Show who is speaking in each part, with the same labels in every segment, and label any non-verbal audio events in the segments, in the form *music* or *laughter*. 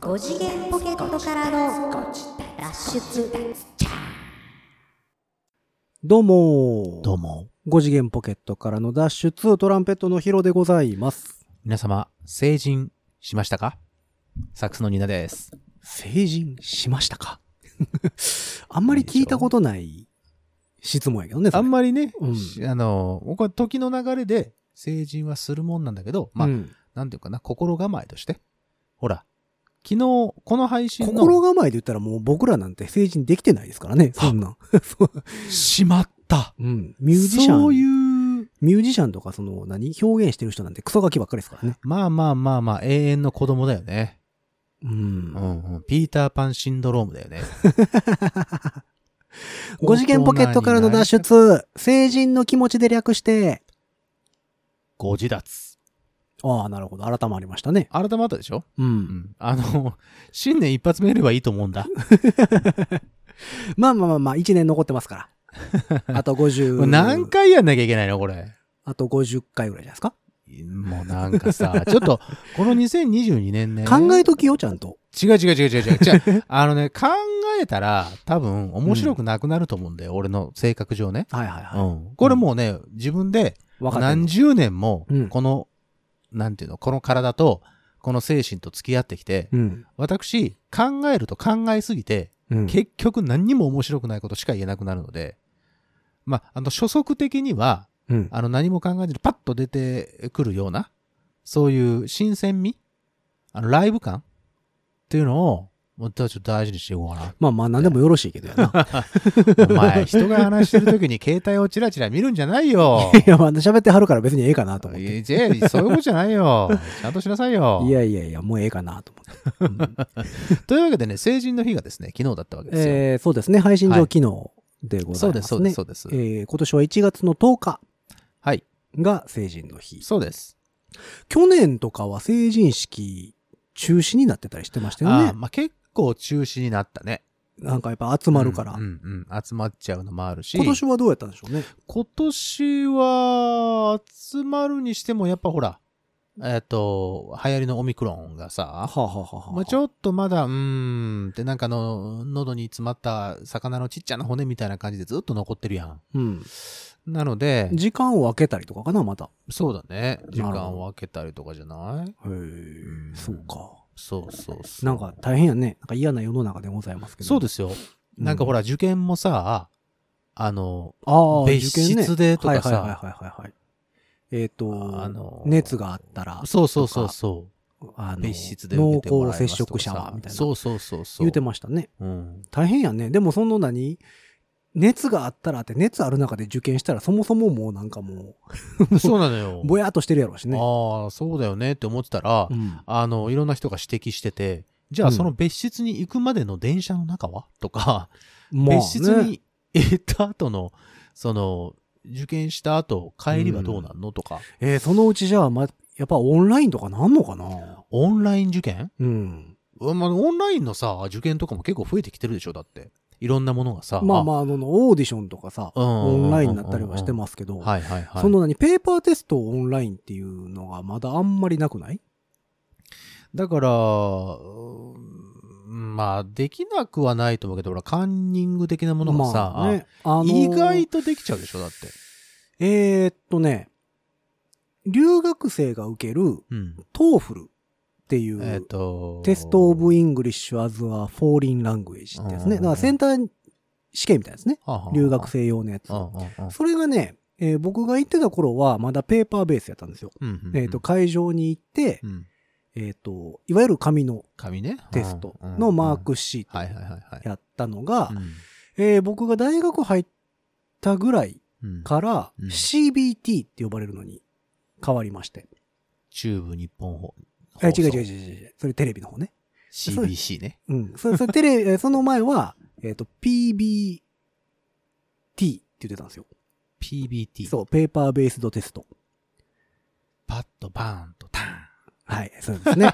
Speaker 1: 5次元ポケットからの脱出
Speaker 2: どうも
Speaker 3: どうも。
Speaker 2: 5次元ポケットからの脱出、トランペットのヒロでございます。
Speaker 3: 皆様、成人しましたかサックスのニナです。
Speaker 2: 成人しましたか *laughs* あんまり聞いたことない質問やけどね。
Speaker 3: あん
Speaker 2: ま
Speaker 3: まりね、
Speaker 2: うん
Speaker 3: しあの、僕は時の流れで成人はするもんなんだけど、まあ、なんていうかな、心構えとして。ほら、昨日、この配信の、
Speaker 2: 心構えで言ったらもう僕らなんて成人できてないですからね。そんなん。そう
Speaker 3: しまった。
Speaker 2: うん。ミュージシャン。
Speaker 3: そういう、
Speaker 2: ミュージシャンとかその何表現してる人なんてクソガキばっかりですからね。
Speaker 3: まあまあまあまあ、永遠の子供だよね。
Speaker 2: うん
Speaker 3: う。んうん。ピーターパンシンドロームだよね。
Speaker 2: 5次元ポケットからの脱出、成人の気持ちで略して、
Speaker 3: *laughs* ご自立。
Speaker 2: ああ、なるほど。改まりましたね。
Speaker 3: 改まったでしょ
Speaker 2: う
Speaker 3: うんん。あの、新年一発目やればいいと思うんだ。
Speaker 2: まあまあまあまあ、1年残ってます *laughs* から。あと
Speaker 3: これ
Speaker 2: 50。
Speaker 3: 何回やんなきゃいけないのこれ。
Speaker 2: あと50回ぐらいじゃないですか。
Speaker 3: もうなんかさ、 *laughs* ちょっと、この2022年ね。
Speaker 2: 考えときよ、ちゃんと。
Speaker 3: 違う違う違う違う違う。違うあの *laughs* ね、考えたら多分面白くなくなると思うんだよ。俺の性格上ね。
Speaker 2: はいはいは
Speaker 3: うん。これもうね、自分で
Speaker 2: い。分かって
Speaker 3: 何
Speaker 2: る。
Speaker 3: 十年も
Speaker 2: うん、
Speaker 3: この、なんていうの、この体と、この精神と付き合ってきて、
Speaker 2: うん。
Speaker 3: 私、考えると考えすぎて、
Speaker 2: うん。
Speaker 3: 結局何にも面白くないことしか言えなくなるので、まあ、あの、初速的には、
Speaker 2: うん。
Speaker 3: あの、何も考えずにパッと出てくるような、そういう新鮮味あの、ライブ感っていうのを、もうちょっと大事にしていこうか
Speaker 2: まあまあ、何でもよろしいけどや *laughs* な。
Speaker 3: な。お前、人が話してる時に携帯をチラチラ見るんじゃないよ。
Speaker 2: いや、まあ、喋ってはるから別にええかなと思って。
Speaker 3: いやいやそういうことじゃないよ。ちゃんとしなさいよ。
Speaker 2: いやいやいや、もうええかなと思って。うん
Speaker 3: というわけでね、成人の日がですね、昨日だったわけですよ。
Speaker 2: えーそうですね。配信
Speaker 3: は
Speaker 2: 上
Speaker 3: い
Speaker 2: 機能でござ
Speaker 3: そ
Speaker 2: いうま
Speaker 3: です、そ
Speaker 2: す
Speaker 3: うで
Speaker 2: ね
Speaker 3: す、。そうです。
Speaker 2: えー今年は1月の10日
Speaker 3: はい、
Speaker 2: が成人の日。
Speaker 3: そうです。
Speaker 2: 去年とかは成人式中止になってたりしてましたよ
Speaker 3: あー
Speaker 2: ね。
Speaker 3: まあ、結構中止になったね。
Speaker 2: なんかやっぱ集まるから
Speaker 3: うん。うん、うん、集まっちゃうのもあるし。
Speaker 2: 今年はどうやったんでしょうね。
Speaker 3: 今年は、集まるにしても、やっぱほら、えっ、と、流行りのオミクロンが
Speaker 2: は
Speaker 3: さ、
Speaker 2: あ、はあはあはあ
Speaker 3: まあ、ちょっとまだ、うーんって、なんかあの、喉に詰まった魚のちっちゃな骨みたいな感じでずっと残ってるやん。
Speaker 2: うん。
Speaker 3: なので、
Speaker 2: 時間を空けたりとかかな、また。
Speaker 3: そうだね。時
Speaker 2: なる
Speaker 3: 間
Speaker 2: ほど
Speaker 3: を空けたりとかじゃない
Speaker 2: へえ、そうか。
Speaker 3: そうそうそう。
Speaker 2: なんか大変やね。なんか嫌な世の中でございますけど。。
Speaker 3: そうですすよ。なんかほら、受験もさ、あの、
Speaker 2: ああ、
Speaker 3: 別
Speaker 2: 受験ね
Speaker 3: 室でとかさ
Speaker 2: はいはいはいはいはいはい。えっ、と、
Speaker 3: あの
Speaker 2: 熱があったら、
Speaker 3: そうそうそうそう。
Speaker 2: あの
Speaker 3: 別室で受けても
Speaker 2: 濃
Speaker 3: らいま
Speaker 2: 厚
Speaker 3: すと
Speaker 2: 接
Speaker 3: か
Speaker 2: 触
Speaker 3: さ
Speaker 2: 者は、みたいな。
Speaker 3: そうそうそうそう。
Speaker 2: 言うてましたね。
Speaker 3: うん。
Speaker 2: 大変やね。でもその何熱があったらって、熱ある中で受験したら、そもそももうなんかも
Speaker 3: そうなのよ
Speaker 2: う、。ぼやっとしてるやろうしね。
Speaker 3: ああ、そうだよねって思ってたら、
Speaker 2: うん
Speaker 3: あの、いろんな人が指摘してて、じゃ
Speaker 2: う
Speaker 3: あ
Speaker 2: ん
Speaker 3: その別室に行くまでの電車の中はとか、
Speaker 2: まあね
Speaker 3: 別室に行った後の、その、受験した後、帰りはどうなんの、とか、
Speaker 2: えーそのうちじゃあ、ま、やっぱオンラインとかなんのかな
Speaker 3: オンライン受験
Speaker 2: うん。
Speaker 3: うんまあ、オンラインのさ、受験とかも結構増えてきてるでしょだって。いろんなものがさ。
Speaker 2: まあまあ、あの、オーディションとかさ、
Speaker 3: あ、うんうんうんうん
Speaker 2: オンラインになったりはしてますけど、
Speaker 3: はいはいはい。
Speaker 2: その何、ペーパーテストをオンラインっていうのがまだあんまりなくない
Speaker 3: だから、うーんまあ、できなくはないと思うけど、ほら、カンニング的なものがさ、
Speaker 2: まあね、あのー
Speaker 3: 意外とできちゃうでしょだって。
Speaker 2: えーっとね、留学生が受ける
Speaker 3: うん。
Speaker 2: トーフルってい
Speaker 3: えっ、
Speaker 2: う、
Speaker 3: と、
Speaker 2: テストオブイングリッシュアズアフォーリンラングエージってやつね。だからセンター試験みたいですね。
Speaker 3: はあはあ
Speaker 2: 留学。生用のやつ。
Speaker 3: うんうんうん
Speaker 2: それがね、えー僕が行ってた頃はまだペーパーベースやったんですよ。
Speaker 3: うんうんうん
Speaker 2: えっ、と、、会場に行って、
Speaker 3: うん、
Speaker 2: えっ、と、いわゆる紙の
Speaker 3: 紙ね。
Speaker 2: テスト
Speaker 3: うんうん
Speaker 2: のマー
Speaker 3: う
Speaker 2: クシ
Speaker 3: ん。は
Speaker 2: ー
Speaker 3: いはい
Speaker 2: ト
Speaker 3: はいはい。
Speaker 2: やったのが、
Speaker 3: うん
Speaker 2: えー僕が大学入ったぐらい
Speaker 3: うん
Speaker 2: から
Speaker 3: うん
Speaker 2: CBT って呼ばれるのに変わりまして。
Speaker 3: チューブ日本放
Speaker 2: え違う違う違う
Speaker 3: う。
Speaker 2: 違う。それテレビの方ね。
Speaker 3: CBC ね。
Speaker 2: うん。それ、それテレ、えー *laughs* その前は、えっ、と、PBT って言ってたんですよ。
Speaker 3: PBT。
Speaker 2: そう、ペーパーベースドテスト。
Speaker 3: パッとバーンとターン。
Speaker 2: はい、そうです
Speaker 3: *laughs*
Speaker 2: ね。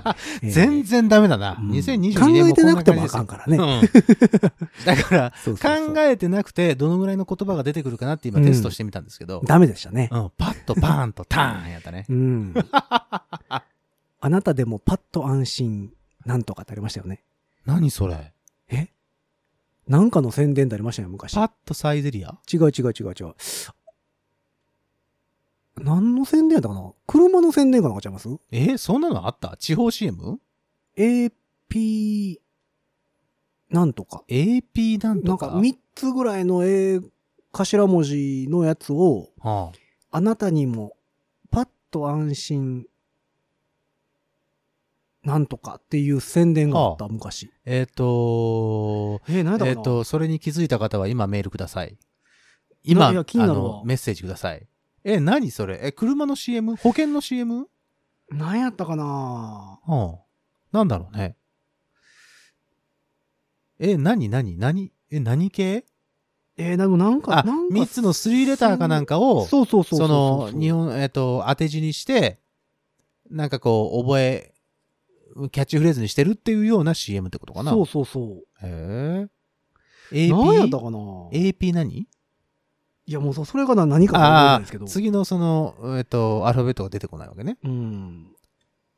Speaker 2: えー
Speaker 3: 全然ダメだな。
Speaker 2: うん
Speaker 3: 2022年
Speaker 2: 考えて
Speaker 3: もこん
Speaker 2: な
Speaker 3: な
Speaker 2: くても
Speaker 3: 感じで
Speaker 2: あ
Speaker 3: す
Speaker 2: か
Speaker 3: よ
Speaker 2: ん。からね。
Speaker 3: うん *laughs* だから、
Speaker 2: そうそうそう
Speaker 3: 考えてなくて、どのぐらいの言葉が出てくるかなって今テストしてみたんですけど、
Speaker 2: ダメでしたね。
Speaker 3: うん、パッとバ
Speaker 2: *laughs*
Speaker 3: ーンとターンやったね。
Speaker 2: うん。あなたでもパッと安心なんとかってありましたよね。
Speaker 3: 何それ
Speaker 2: えなんかの宣伝ってありましたよ、昔。
Speaker 3: パッとサイゼリア
Speaker 2: 違う違う違う違う。何の宣伝やったかな車の宣伝かなんかちゃいます
Speaker 3: えそんなのあった地方 CM?AP
Speaker 2: ?AP、なんとか。
Speaker 3: なん
Speaker 2: な
Speaker 3: と
Speaker 2: ん
Speaker 3: か
Speaker 2: か3つぐらいのえ頭文字のやつを、
Speaker 3: は
Speaker 2: あなたにも、パッと安心、なんとかっていう宣伝があった、昔。
Speaker 3: あ、えっ、と
Speaker 2: えー、何やったか
Speaker 3: え
Speaker 2: な
Speaker 3: っ、と、それに気づいた方は今メールください。今、
Speaker 2: いや気になるわ
Speaker 3: あのメッセージください。え、何それえ、車の CM? 保険の CM?
Speaker 2: 何やったかな
Speaker 3: うん。なんだろうね。え、何何何え、何系
Speaker 2: えー、でもなんか、
Speaker 3: あ、
Speaker 2: なんか
Speaker 3: 3つの3レターかなんかを、
Speaker 2: そうそうそうう
Speaker 3: そうの、
Speaker 2: う
Speaker 3: 日本、えっと、当て字にして、なんかこう、覚え、キャッチフレーズにしてるっていうような CM ってことかな
Speaker 2: そうそうそう。
Speaker 3: へえ。
Speaker 2: 何やった
Speaker 3: AP?
Speaker 2: かな
Speaker 3: AP 何
Speaker 2: いや、もうそそれがな何かわかんない
Speaker 3: あ
Speaker 2: んですけ
Speaker 3: あ、
Speaker 2: ど。
Speaker 3: 次のその、えっと、アルファベットが出てこないわけね。
Speaker 2: うん。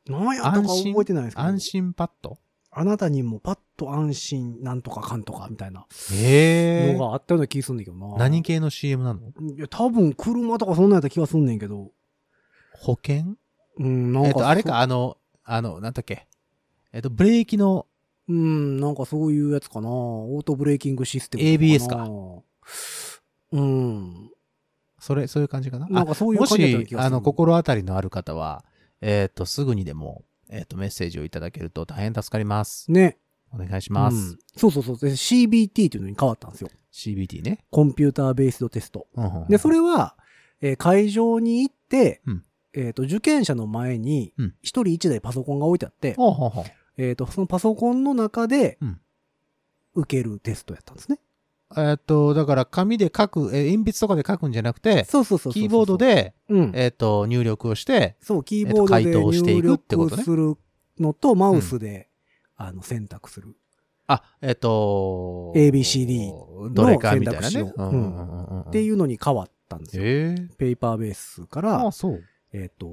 Speaker 2: 何やったか
Speaker 3: 安心
Speaker 2: 覚えてないんですけど。
Speaker 3: 安心パッド
Speaker 2: あなたにもパッと安心、なんとかかんとか、みたいな
Speaker 3: へえ
Speaker 2: の。があったような気すんねんけどな。
Speaker 3: 何系の CM なの
Speaker 2: いや、多分車とかそんなんやった気がすんねんけど。
Speaker 3: 保険
Speaker 2: うん、なんか。
Speaker 3: えっと、あれか、あの、あの、なんだっけ。えっと、ブレーキの、
Speaker 2: そ。うん、なんかそういうやつかな。オートブレーキングシステム
Speaker 3: ABS
Speaker 2: かな
Speaker 3: か。
Speaker 2: うん。
Speaker 3: それ、そういう感じかな。
Speaker 2: なんかそういう
Speaker 3: も
Speaker 2: 感じだったような
Speaker 3: し
Speaker 2: 気、がす
Speaker 3: あ
Speaker 2: る。
Speaker 3: の、心当たりのある方は、えっ、と、すぐにでも、えっ、と、メッセージをいただけると大変助かります。
Speaker 2: ね。
Speaker 3: お願いします。
Speaker 2: うんそうそうそう。で CBT っていうのに変わったんですよ。
Speaker 3: CBT ね。
Speaker 2: コンピューターベースドテスト。
Speaker 3: うんうん
Speaker 2: で、それは、えー会場に行って、
Speaker 3: うん
Speaker 2: えっ、と、受験者の前に
Speaker 3: うん、
Speaker 2: 一人一台パソコンが置いてあって、
Speaker 3: ほうほうほう
Speaker 2: えっ、と、そのパソコンの中で
Speaker 3: うん、
Speaker 2: 受けるテストやったんですね。
Speaker 3: えっ、と、だから、紙で書く、えー鉛筆とかで書くんじゃなくて、
Speaker 2: そうそうそうそうそう
Speaker 3: キーボード、で、
Speaker 2: うん。
Speaker 3: えっ、と、入力をして、
Speaker 2: そう、キーボードで
Speaker 3: 回答をして
Speaker 2: 入
Speaker 3: いくってこと
Speaker 2: 力
Speaker 3: ね
Speaker 2: するのと、マウスで、あの、選択する。
Speaker 3: あ、えっ、と、
Speaker 2: ABCD
Speaker 3: どれかみたいな
Speaker 2: の選
Speaker 3: ね。。
Speaker 2: 択肢をうんっていううのに変わったんですよ。
Speaker 3: えー
Speaker 2: ペーパーベースか
Speaker 3: あ
Speaker 2: ら、
Speaker 3: そう。
Speaker 2: えっ、と、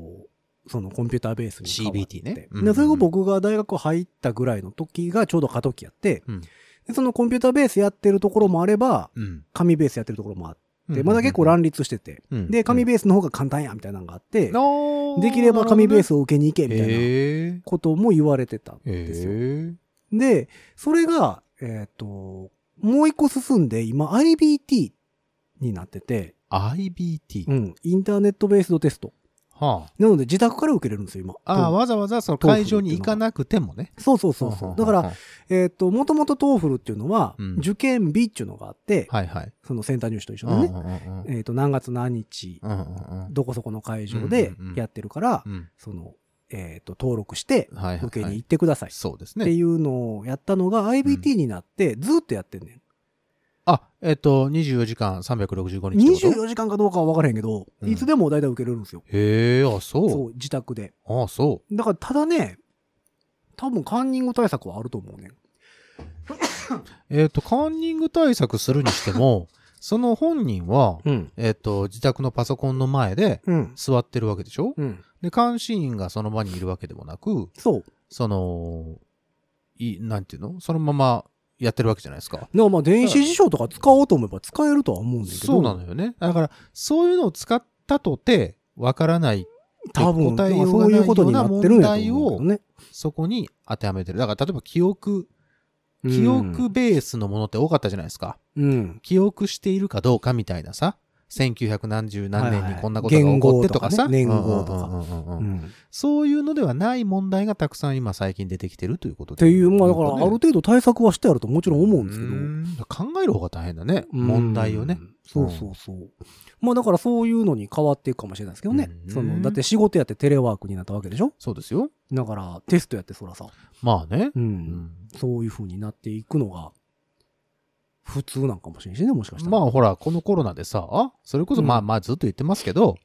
Speaker 2: そのコンピューターベースに変わって。
Speaker 3: CBT ねうん
Speaker 2: でそれが僕が大学入ったぐらいの時がちょうど過渡期やって、
Speaker 3: うん
Speaker 2: でそのコンピューターベースやってるところもあれば、
Speaker 3: うん。
Speaker 2: 紙ベースやってるところもあって、
Speaker 3: うん
Speaker 2: まだ結構乱立してて、
Speaker 3: うん
Speaker 2: で、紙ベースの方が簡単や、みたいなのがあって、
Speaker 3: の
Speaker 2: できれば紙ベースを受けに行け、
Speaker 3: み
Speaker 2: みたいな
Speaker 3: え
Speaker 2: ことも言われてたん
Speaker 3: え
Speaker 2: ですよ。で、それが、えっ、と、もう一個進んで、今 IBT になってて、
Speaker 3: IBT。
Speaker 2: うん、インターネットベースドテスト。
Speaker 3: は
Speaker 2: なので自宅から受けれるんですよ、今。
Speaker 3: あ。ああ、
Speaker 2: うん
Speaker 3: わざわざその会場に行かなくてもね。
Speaker 2: そうそうそうそう。だから、
Speaker 3: は
Speaker 2: えっ、と、もともとトーフルっていうのは、
Speaker 3: うん
Speaker 2: 受験日っていうのがあって、
Speaker 3: いはい。
Speaker 2: そのセンター入試と一緒
Speaker 3: うん
Speaker 2: で
Speaker 3: うん
Speaker 2: ね、
Speaker 3: うん
Speaker 2: えっ、と、何月何日、
Speaker 3: うんうん
Speaker 2: どこそこの会場で
Speaker 3: うんうんうん
Speaker 2: やってるから、
Speaker 3: うん
Speaker 2: その、えっ、と、登録して
Speaker 3: う、ん。はい
Speaker 2: 受け
Speaker 3: は
Speaker 2: に
Speaker 3: い
Speaker 2: 行っ。てください。
Speaker 3: そうです
Speaker 2: って
Speaker 3: ね。
Speaker 2: いうのをやったのが IBT になって、ずっとやってんね
Speaker 3: あ、えっと、24時間365
Speaker 2: ん。
Speaker 3: 日ってこと。
Speaker 2: 24時間かどうかは分からへんけど、
Speaker 3: うん
Speaker 2: いつでも大体受けれるんですよ。
Speaker 3: へえ、あ、
Speaker 2: そ、
Speaker 3: そう
Speaker 2: 自宅で。
Speaker 3: う。あ、そ
Speaker 2: だから、ただね、多分カンニング対策はあると思うねん。
Speaker 3: う。えっと、カンニング対策するにしても、その本人は、
Speaker 2: うん。
Speaker 3: えっと、自宅のパソコンの前で
Speaker 2: うん。
Speaker 3: 座ってるわけでしょ
Speaker 2: うん。
Speaker 3: で、監視員がその場にいるわけでもなく、
Speaker 2: そう。
Speaker 3: その、い、なんていうのそのままやってるわけじゃないですか。
Speaker 2: だからまあ電子辞書とか使おうと思えば使えるとは思うんだけど。
Speaker 3: そうなのよね。だから、そういうのを使ったとて、わからない、
Speaker 2: 多分、
Speaker 3: 答えよう
Speaker 2: そ
Speaker 3: が
Speaker 2: うい
Speaker 3: ないよ
Speaker 2: うことに
Speaker 3: う
Speaker 2: な
Speaker 3: な
Speaker 2: ってるんやと思うけどね。
Speaker 3: そこに当てはめてる。だから、例えば記憶、
Speaker 2: うん
Speaker 3: 記憶ベースのものって多かったじゃないですか。
Speaker 2: うん。
Speaker 3: 記憶しているかどうかみたいなさ、1900何十何
Speaker 2: はい
Speaker 3: 年
Speaker 2: は
Speaker 3: に
Speaker 2: い
Speaker 3: こんなことが起こってとかさ、
Speaker 2: 言語とかね
Speaker 3: うんうんうんうんうん
Speaker 2: うん
Speaker 3: そういうのではない問題がたくさん今最近出てきてるということ
Speaker 2: っ
Speaker 3: で
Speaker 2: ていう、まあだからある
Speaker 3: も
Speaker 2: 程度対策はしてあるともちろん思うんですけど。
Speaker 3: けど。考える方が大変だね。
Speaker 2: うん
Speaker 3: 問題をね。。
Speaker 2: そうそうそう。まあだからそういうのに変わっていくかもしれないですけどね。
Speaker 3: うん
Speaker 2: その、だって仕事やってテレワークになったわけでしょ
Speaker 3: そうですよ。
Speaker 2: だからテストやってそらさ。
Speaker 3: まあね。
Speaker 2: う。
Speaker 3: うんん
Speaker 2: そういう風になっていくのが普通なんかもしれんしね、もしかしたら。
Speaker 3: まあほら、このコロナでさ、それこそま
Speaker 2: う
Speaker 3: あ
Speaker 2: ん
Speaker 3: まあずっと言ってますけど、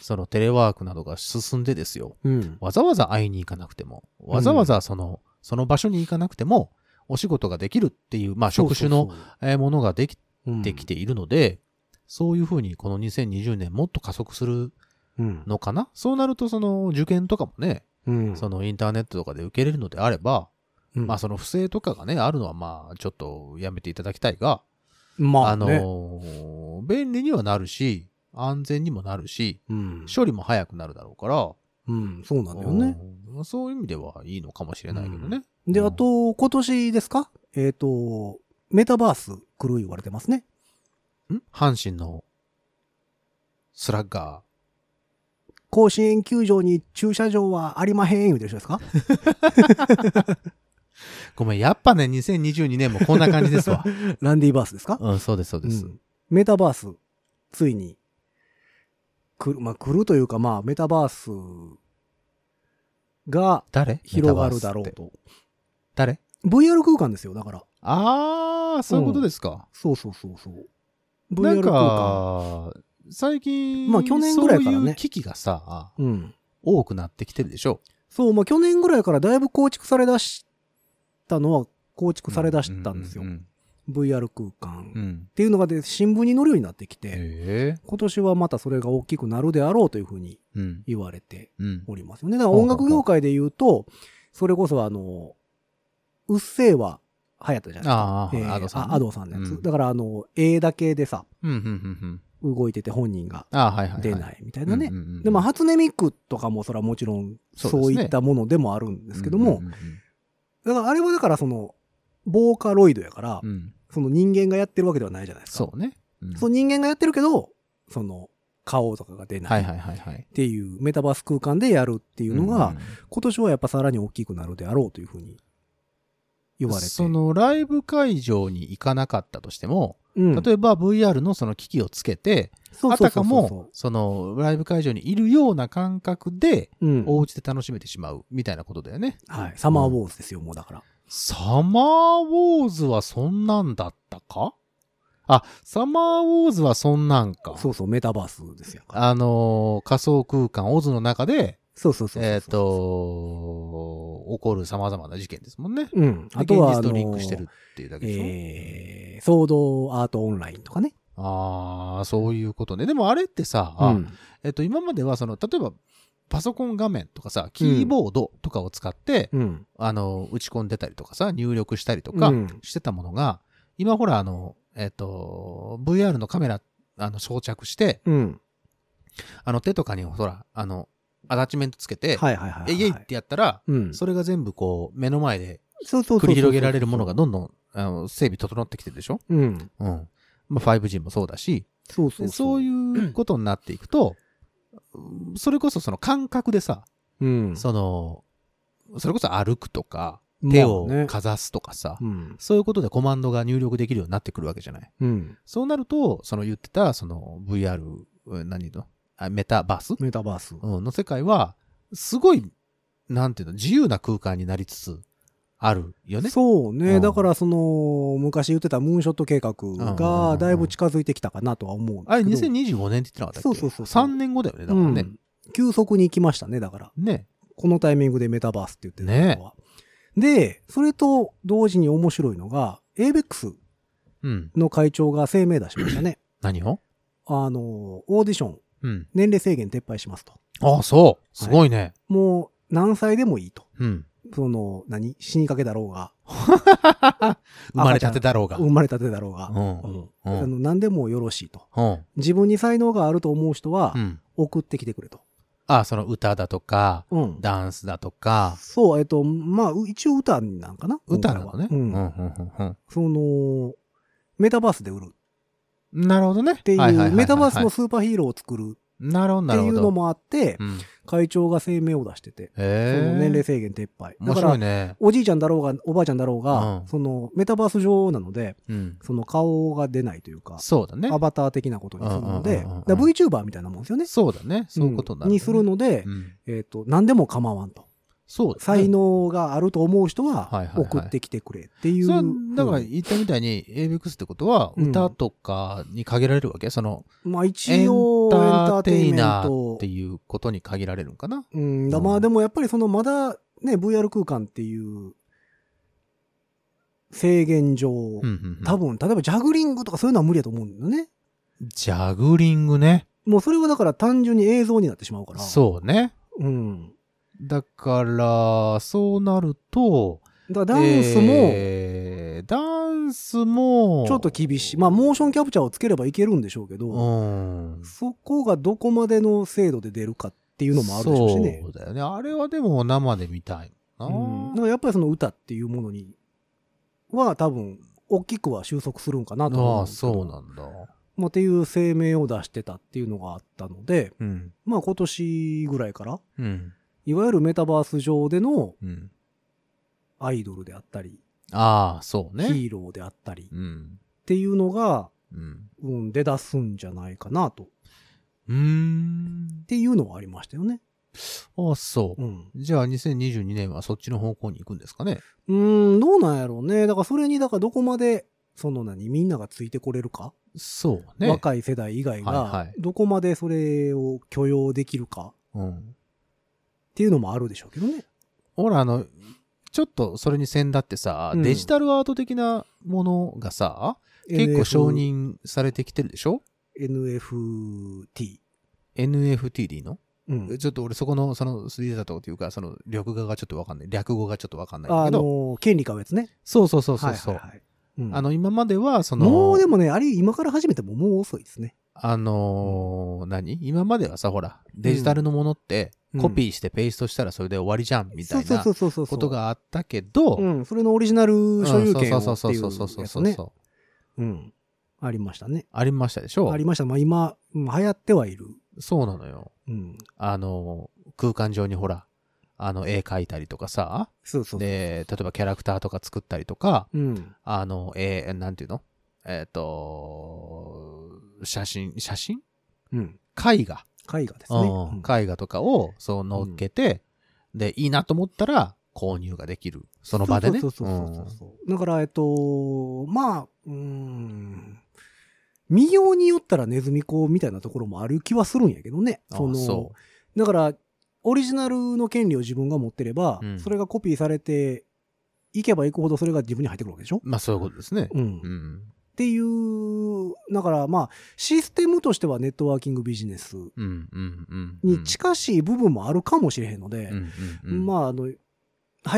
Speaker 3: そのテレワークなどが進んでですよ。
Speaker 2: うん。
Speaker 3: わざわざ会いに行かなくても、わざわざその、その場所に行かなくても、お仕事ができるっていう、まあ職種
Speaker 2: そう
Speaker 3: の
Speaker 2: そう
Speaker 3: えーものができ
Speaker 2: そう、
Speaker 3: てきているので、そういうふうにこの2020年もっと加速する
Speaker 2: うん、
Speaker 3: のかなそうなると、その受験とかもね、
Speaker 2: うん。
Speaker 3: そのインターネットとかで受けれるのであれば、
Speaker 2: うん
Speaker 3: まあその不正とかがね、あるのはまあちょっとやめていただきたいが、
Speaker 2: ま
Speaker 3: あ
Speaker 2: あ、ね、
Speaker 3: のー便利にはなるし、安全にもなるし、
Speaker 2: うん。
Speaker 3: 処理も早くなるだろうから、
Speaker 2: うん、そうなんだよね。
Speaker 3: うんそういう意味ではいいのかもしれないけどね。
Speaker 2: で、
Speaker 3: うん
Speaker 2: あと、今年ですかえっ、と、メタバース来る言われてますね。
Speaker 3: ん阪神のスラッガ
Speaker 2: 甲子園球場に駐車場はありまへん、言うてる人
Speaker 3: *laughs*
Speaker 2: ですか
Speaker 3: ー。ごめん、やっぱね、2022年もこんな感じで
Speaker 2: *laughs*
Speaker 3: すわ。
Speaker 2: ランディバースですか、
Speaker 3: うん、そうです、そうです。
Speaker 2: うんメタバース、ついに、来る、まあ、来るというか、まあ、メタバースが
Speaker 3: 誰
Speaker 2: 広がるだろ
Speaker 3: メ
Speaker 2: う
Speaker 3: タバースっ
Speaker 2: と。
Speaker 3: て誰
Speaker 2: VR 空間ですよ、だから。
Speaker 3: あー、そういうことですか。
Speaker 2: そうそうそうそう。
Speaker 3: な
Speaker 2: VR
Speaker 3: ん
Speaker 2: 空間。
Speaker 3: か、最近、
Speaker 2: まあ去年ぐらいからね
Speaker 3: そういう危機がさ、
Speaker 2: うん。
Speaker 3: 多くなってきてるでしょ。
Speaker 2: そう、まあ、去年ぐらいからだいぶ構築されだしたのは、構築されだしたんですよ。
Speaker 3: ううん。
Speaker 2: VR 空間。
Speaker 3: う
Speaker 2: っ
Speaker 3: ん
Speaker 2: ていうのがで、新聞に載るようになってきて、
Speaker 3: へえ。
Speaker 2: 今年はまたそれが大きくなるであろうというふうに
Speaker 3: うん。
Speaker 2: 言われて
Speaker 3: うん。
Speaker 2: おりますよね。だから音楽業界で言うと、それこそあの、うっせぇは流行ったじゃ
Speaker 3: あ
Speaker 2: ない
Speaker 3: ー
Speaker 2: ですか。
Speaker 3: アドさんね
Speaker 2: あアドさんのやつ。
Speaker 3: うん
Speaker 2: だからあの、絵だけでさ、
Speaker 3: うん、うん、うんうん。
Speaker 2: 動いてて本人が
Speaker 3: あーはいはいはい。
Speaker 2: 出ないみたいなね。
Speaker 3: うんうんうん
Speaker 2: で、まあ、初音ミクとかもそれはもちろん、
Speaker 3: そうです
Speaker 2: そう
Speaker 3: ね
Speaker 2: いったものでもあるんですけども、
Speaker 3: うんうん
Speaker 2: だからあれはだからその、ボーカロイドやから、
Speaker 3: うんうん
Speaker 2: その人間がやってるわけではないじゃないですか。
Speaker 3: そうね。うん
Speaker 2: そう人間がやってるけど、その、顔とかが出な
Speaker 3: はいい
Speaker 2: っ
Speaker 3: はいはいはい。
Speaker 2: ていう、メタバース空間でやるっていうのが、
Speaker 3: うんうん
Speaker 2: 今年はやっぱさらに大きくなるであろうというふうに言われて。
Speaker 3: そのライブ会場に行かなかったとしても、
Speaker 2: うん、
Speaker 3: 例えば VR のその機器をつけて、
Speaker 2: そう
Speaker 3: あ
Speaker 2: そう
Speaker 3: た
Speaker 2: そ
Speaker 3: か
Speaker 2: うそう
Speaker 3: も、そのライブ会場にいるような感覚で、
Speaker 2: うん
Speaker 3: お家で楽しめてしまうみたいなことだよね。
Speaker 2: はい、サマーウォーズですよ、もうだから。
Speaker 3: サマーウォーズはそんなんだったかあ、サマーウォーズはそんなんか。
Speaker 2: そうそう、メタバースですよ。
Speaker 3: あのー仮想空間、オズの中で、
Speaker 2: そうそうそうそう。
Speaker 3: えっ、と、起こる様々な事件ですもんね。
Speaker 2: うん。
Speaker 3: あ
Speaker 2: あ
Speaker 3: と
Speaker 2: と
Speaker 3: は、
Speaker 2: は、
Speaker 3: 現
Speaker 2: あ
Speaker 3: 実と
Speaker 2: の
Speaker 3: リンクしてるっていうだけでしょ。
Speaker 2: えー、ソードアートオンラインとかね。
Speaker 3: ああ、そういうことね。でもあれってさ、
Speaker 2: うん。
Speaker 3: えっと、今まではその、例えば、パソコン画面とかさ、キーボードとかを使って、
Speaker 2: うん。
Speaker 3: あの、打ち込んでたりとかさ、入力したりとか
Speaker 2: うん
Speaker 3: してたものが、今ほら、あの、えっと、VR のカメラ、あの、装着して、
Speaker 2: うん。
Speaker 3: あの、手とかにほら、あの、アタッチメントつけて、
Speaker 2: はいはいはいはい。
Speaker 3: えいえいってやったら、
Speaker 2: うん。
Speaker 3: それが全部こう、目の前で
Speaker 2: そうそうそうそう
Speaker 3: 繰り広げられるものがどんどん、あの、整備整ってきてるでしょ
Speaker 2: うん。
Speaker 3: うん。まあ、5G もそうだし、
Speaker 2: そうそう
Speaker 3: でそう
Speaker 2: う。
Speaker 3: いうことになっていくと、うんそれこそその感覚でさ、
Speaker 2: うん。
Speaker 3: その、それこそ歩くとか、
Speaker 2: まあね
Speaker 3: 手をかざすとかさ、
Speaker 2: うん。
Speaker 3: そういうことでコマンドが入力できるようになってくるわけじゃない。
Speaker 2: うん。
Speaker 3: そうなると、その言ってた、その VR、え何のあメタバース、
Speaker 2: メタバース。
Speaker 3: うんの世界は、すごい、なんていうの、自由な空間になりつつあるよね。
Speaker 2: そうね、
Speaker 3: うん
Speaker 2: だからその昔言ってたムーンショット計画
Speaker 3: うんうんうんう
Speaker 2: が
Speaker 3: ん
Speaker 2: だいぶ近づいてきたかなとは思うん
Speaker 3: あれ
Speaker 2: ですけど、
Speaker 3: 2025年って言ってなかったっけ
Speaker 2: そうそうそうそう
Speaker 3: 3年後だよね、だからね。
Speaker 2: うん急速に行きましたねだから
Speaker 3: ね。
Speaker 2: このタイミングでメタバースって言ってたのは、でそれと同時に面白いのが ABEX
Speaker 3: うん。
Speaker 2: の会長が声明出しました
Speaker 3: *clears throat*
Speaker 2: ね
Speaker 3: 何を
Speaker 2: あのオーディション
Speaker 3: うん。
Speaker 2: 年齢制限撤廃しますと
Speaker 3: ああ、そう。すごいね。
Speaker 2: もう何歳でもいいと
Speaker 3: うん。
Speaker 2: その何死にかけだろうが
Speaker 3: 生まれたてだろうが。
Speaker 2: 生まれたてだろうが、
Speaker 3: うん
Speaker 2: うん
Speaker 3: うん
Speaker 2: あの何でもよろしいと
Speaker 3: うん。
Speaker 2: 自分に才能があると思う人は
Speaker 3: うん。
Speaker 2: 送ってきてくれと、
Speaker 3: ああ、その歌だとか、
Speaker 2: うん、
Speaker 3: ダンスだとか、
Speaker 2: そう、えっと、まあ、う一応歌なんかな
Speaker 3: 歌なのね。
Speaker 2: 今回
Speaker 3: うん
Speaker 2: はうん。
Speaker 3: うんうん
Speaker 2: その、メタバースで売るっ
Speaker 3: うんなるほどね。って
Speaker 2: いう、メタバースの
Speaker 3: ス
Speaker 2: スーパーヒーローを作る
Speaker 3: なるほど、
Speaker 2: って
Speaker 3: なる
Speaker 2: い
Speaker 3: ほ
Speaker 2: うの
Speaker 3: ど。
Speaker 2: もあって、
Speaker 3: うん
Speaker 2: 会長が声明を出してて、そ
Speaker 3: へ
Speaker 2: の
Speaker 3: え。
Speaker 2: 年齢制限撤廃。だ
Speaker 3: 面
Speaker 2: か
Speaker 3: 白
Speaker 2: ら、
Speaker 3: いね。
Speaker 2: おじいちゃんだろうが、おばあちゃんだろうが、
Speaker 3: うん
Speaker 2: その、メタバース上なので、
Speaker 3: うん。
Speaker 2: その顔が出ないというか、
Speaker 3: そうだね
Speaker 2: ア。バター的なことにするので、
Speaker 3: うんうんうんうん
Speaker 2: だから VTuber みたいなもんですよね。
Speaker 3: そうだね。そういうことにな
Speaker 2: ん
Speaker 3: るね。
Speaker 2: にするので
Speaker 3: う、ん。
Speaker 2: えっと、何でも構わんと。
Speaker 3: そうだね
Speaker 2: 才。能があると思う人
Speaker 3: はい
Speaker 2: は
Speaker 3: はいはい
Speaker 2: 送ってきてくれっていう。
Speaker 3: それはだから
Speaker 2: うん
Speaker 3: 言ったみたいに、ABEX ってことは、
Speaker 2: うん
Speaker 3: 歌とかに限られるわけその、
Speaker 2: まあ一
Speaker 3: エン
Speaker 2: 応
Speaker 3: タ
Speaker 2: エンタ
Speaker 3: ー
Speaker 2: ーテ
Speaker 3: テ
Speaker 2: イ
Speaker 3: イ
Speaker 2: ンメン
Speaker 3: ナー
Speaker 2: ト
Speaker 3: って。いうことに限られるんかな
Speaker 2: うん、だま
Speaker 3: う
Speaker 2: あ
Speaker 3: ん
Speaker 2: でもやっぱりそのまだね、VR 空間っていう制限上、
Speaker 3: うんうんうん
Speaker 2: 多分、例えばジャグリングとかそういうのは無理だと思うんだよね。
Speaker 3: ジャグリングね。
Speaker 2: もうそれはだから単純に映像になってしまうから。
Speaker 3: そうね。
Speaker 2: う。うん。
Speaker 3: だから、そうなると、
Speaker 2: だからダンスも
Speaker 3: えーダンスも、
Speaker 2: ちょっと厳しい。まあ、モーションキャプチャーをつければいけるんでしょうけど、
Speaker 3: うん。
Speaker 2: そこがどこまでの精度で出るかっていうのもあるでしょうしね
Speaker 3: そ。うだよね。あれはでも生で見たいな。
Speaker 2: うん、だからやっぱりその歌っていうものには多分大きくは収束するんかなと思
Speaker 3: あ
Speaker 2: うん
Speaker 3: あ、
Speaker 2: ですけど
Speaker 3: そうなんだ。
Speaker 2: まあ、っていう声明を出してたっていうのがあったので、
Speaker 3: うん。
Speaker 2: まあ、今年ぐらいから
Speaker 3: うん。
Speaker 2: いわゆるメタバース上での
Speaker 3: うん。
Speaker 2: アイドルであったり、
Speaker 3: ああ、そうね。
Speaker 2: ヒーローであったりっ
Speaker 3: うん。
Speaker 2: ていうのが、
Speaker 3: うん。
Speaker 2: うん、出だすんじゃないかなとっ
Speaker 3: うーん。
Speaker 2: ていうのはありましたよね。
Speaker 3: あそう
Speaker 2: う。ん
Speaker 3: じゃあ2022年はそっちの方向に行くんですかね。
Speaker 2: うーん、どうなんやろうね。だからそれに、だからどこまで、その何、みんながついてこれるか、
Speaker 3: そうね。
Speaker 2: 若い世代以外
Speaker 3: はいは
Speaker 2: が
Speaker 3: い、
Speaker 2: どこまでそれを許容できるか
Speaker 3: うん。
Speaker 2: っていうのもあるでしょうけどね。
Speaker 3: ほら、あの、ちょっとそれに先だってさ、
Speaker 2: うん
Speaker 3: デジタルアート的なものがさ、結構承。認されてきてるでしょ
Speaker 2: NFT。
Speaker 3: ?NFT でいいの、
Speaker 2: うん。
Speaker 3: ちょっと俺そこの、その 3D だとっていうか、その略語がちょっとわかんない。略語がちょっとわかんないんだ
Speaker 2: あ
Speaker 3: けど。
Speaker 2: の、権利か別ね。
Speaker 3: そうそうそうそうそう。
Speaker 2: はいはいはいうん
Speaker 3: あの、今までは、その、
Speaker 2: もうでもね、あれ今から始めてももう遅いですね。
Speaker 3: あのー何今まではさ、ほら、デジタルのものって、
Speaker 2: うん
Speaker 3: コピーしてペーストしたらそれで終わりじゃん、みたいな
Speaker 2: そうそうそうそうそう。
Speaker 3: ことがあったけど、
Speaker 2: うん、それのオリジナル所有権をって
Speaker 3: そう
Speaker 2: い
Speaker 3: そううそうそう
Speaker 2: やつ
Speaker 3: そう
Speaker 2: ね。
Speaker 3: そう。
Speaker 2: うん。ありましたね。
Speaker 3: ありましたでしょ
Speaker 2: ありました。まあ今、うん流行ってはいる。
Speaker 3: そうなのよ。
Speaker 2: うん。
Speaker 3: あの、空間上にほら、あの、絵描いたりとかさ、
Speaker 2: そうそう。
Speaker 3: で、例えばキャラクターとか作ったりとか、
Speaker 2: うん。
Speaker 3: あの、えーなんていうのえっ、と、写真、写真
Speaker 2: うん。
Speaker 3: 絵画、
Speaker 2: 絵画です
Speaker 3: う
Speaker 2: ね。
Speaker 3: ん
Speaker 2: うん
Speaker 3: 絵画とかを、そう、乗っけて、で、いいなと思ったら、購入ができる。その場でね。
Speaker 2: そうそうそうそうそうそう。だから、えっと、まあ、うーん。見ようによったらネズミ講みたいなところもある気はするんやけどね。
Speaker 3: あ
Speaker 2: その
Speaker 3: そ
Speaker 2: だから、オリジナルの権利を自分が持ってれば、
Speaker 3: うん
Speaker 2: それがコピーされていけばいくほどそれが自分に入ってくるわけでしょ、
Speaker 3: う。まあ、そういうことですね。
Speaker 2: うん
Speaker 3: う
Speaker 2: っ
Speaker 3: ん。
Speaker 2: ていう、だからまあ、システムとしてはネットワーキングビジネス
Speaker 3: うん、うん、うん。
Speaker 2: に近しい部分もあるかもしれへんので、
Speaker 3: うん、うん、うん。あ、
Speaker 2: まあ、あの、流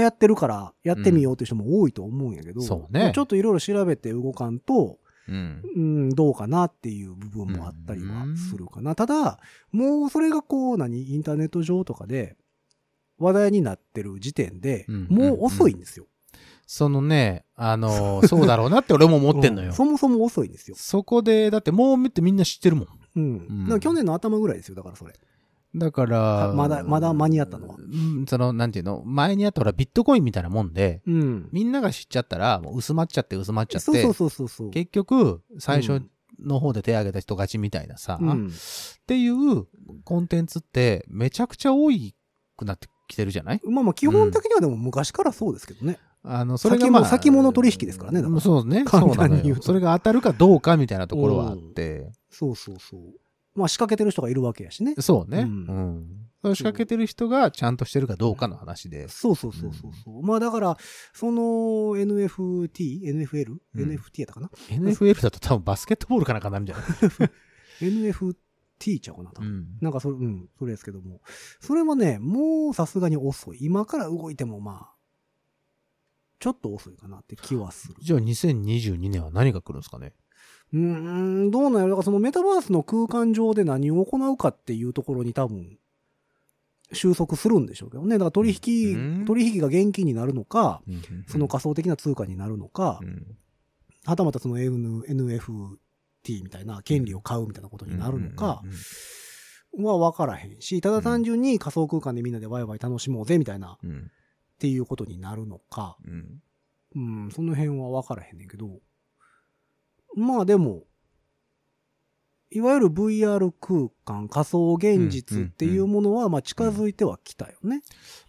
Speaker 2: 行ってるからやってみようっていう人も多いと思うんやけど、
Speaker 3: うんそうね
Speaker 2: ちょっといろいろ調べて動かんと、
Speaker 3: うん。
Speaker 2: うん、どうかなっていう部分もあったりはするかな。ただ、もうそれがこう、何、インターネット上とかで話題になってる時点で、
Speaker 3: うん
Speaker 2: もう遅いんですよ。
Speaker 3: そのね、あのー、そうだろうなって俺も思ってんの
Speaker 2: う
Speaker 3: よ。
Speaker 2: んそもそも遅いんですよ。
Speaker 3: そこで、だってもう見てみんな知ってるもん。
Speaker 2: うん。
Speaker 3: ん
Speaker 2: だから去年の頭ぐらいですよ、だからそれ。
Speaker 3: だから、
Speaker 2: あまだまだ間に合ったのは
Speaker 3: うん、その、なんていうの、前にあったほら、ビットコインみたいなもんで、
Speaker 2: うん。
Speaker 3: みんなが知っちゃったら、もう薄まっちゃって薄まっちゃって、
Speaker 2: そうそうそうそうそう。
Speaker 3: 結局、最初の方で手挙げた人勝ちみたいなさ、
Speaker 2: うん
Speaker 3: っていうコンテンツって、めちゃくちゃ多くなってきてるじゃない
Speaker 2: まあまあ、基本的にはでも昔からそうですけどね。
Speaker 3: あの、それがまあ、
Speaker 2: 先物先物取引ですからねだから
Speaker 3: そうね。
Speaker 2: 簡単
Speaker 3: そうなの
Speaker 2: に言う
Speaker 3: よ。
Speaker 2: と
Speaker 3: それが当たるかどうかみたいなところはあって、
Speaker 2: そうそうそう。まあ、仕掛けてる人がいるわけやしね。
Speaker 3: そう
Speaker 2: う
Speaker 3: ね。うんん。それを仕掛けてる人がちゃんとしてるかどうかの話で。
Speaker 2: そうそうそうそうそう。まあだから、その NFT、NFL、
Speaker 3: うん
Speaker 2: NFT やったかな
Speaker 3: NFL だと多分バスケットボールかなんかになるんじゃない
Speaker 2: ?NFT ちゃうかな、多分
Speaker 3: ん。
Speaker 2: なんかそれ、うん、それですけども。それはね、もうさすがに遅い。今から動いてもまあ、ちょっと遅いかなって気はする。
Speaker 3: じゃあ2022年は何が来るんですかね
Speaker 2: うーん、どうなんやろだからそのメタバースの空間上で何を行うかっていうところに多分、収束するんでしょうけどね。だから取引、
Speaker 3: うん
Speaker 2: 取引が現金になるのか、その
Speaker 3: か、
Speaker 2: 仮想的な通貨になるのか、
Speaker 3: うん
Speaker 2: はたまたその N- NFT みたいな権利を買うみたいなことになるのか
Speaker 3: うんうんうん
Speaker 2: は分からへんし、ただ単純に仮想空間でみんなでワイワイ楽しもうぜみたいなっ
Speaker 3: うん
Speaker 2: ていうことになるのか、
Speaker 3: うん
Speaker 2: うん、その辺は分からへんねんけど、まあでも、いわゆる VR 空間、仮想現実っていうものは、まあ近づいてはきたよね。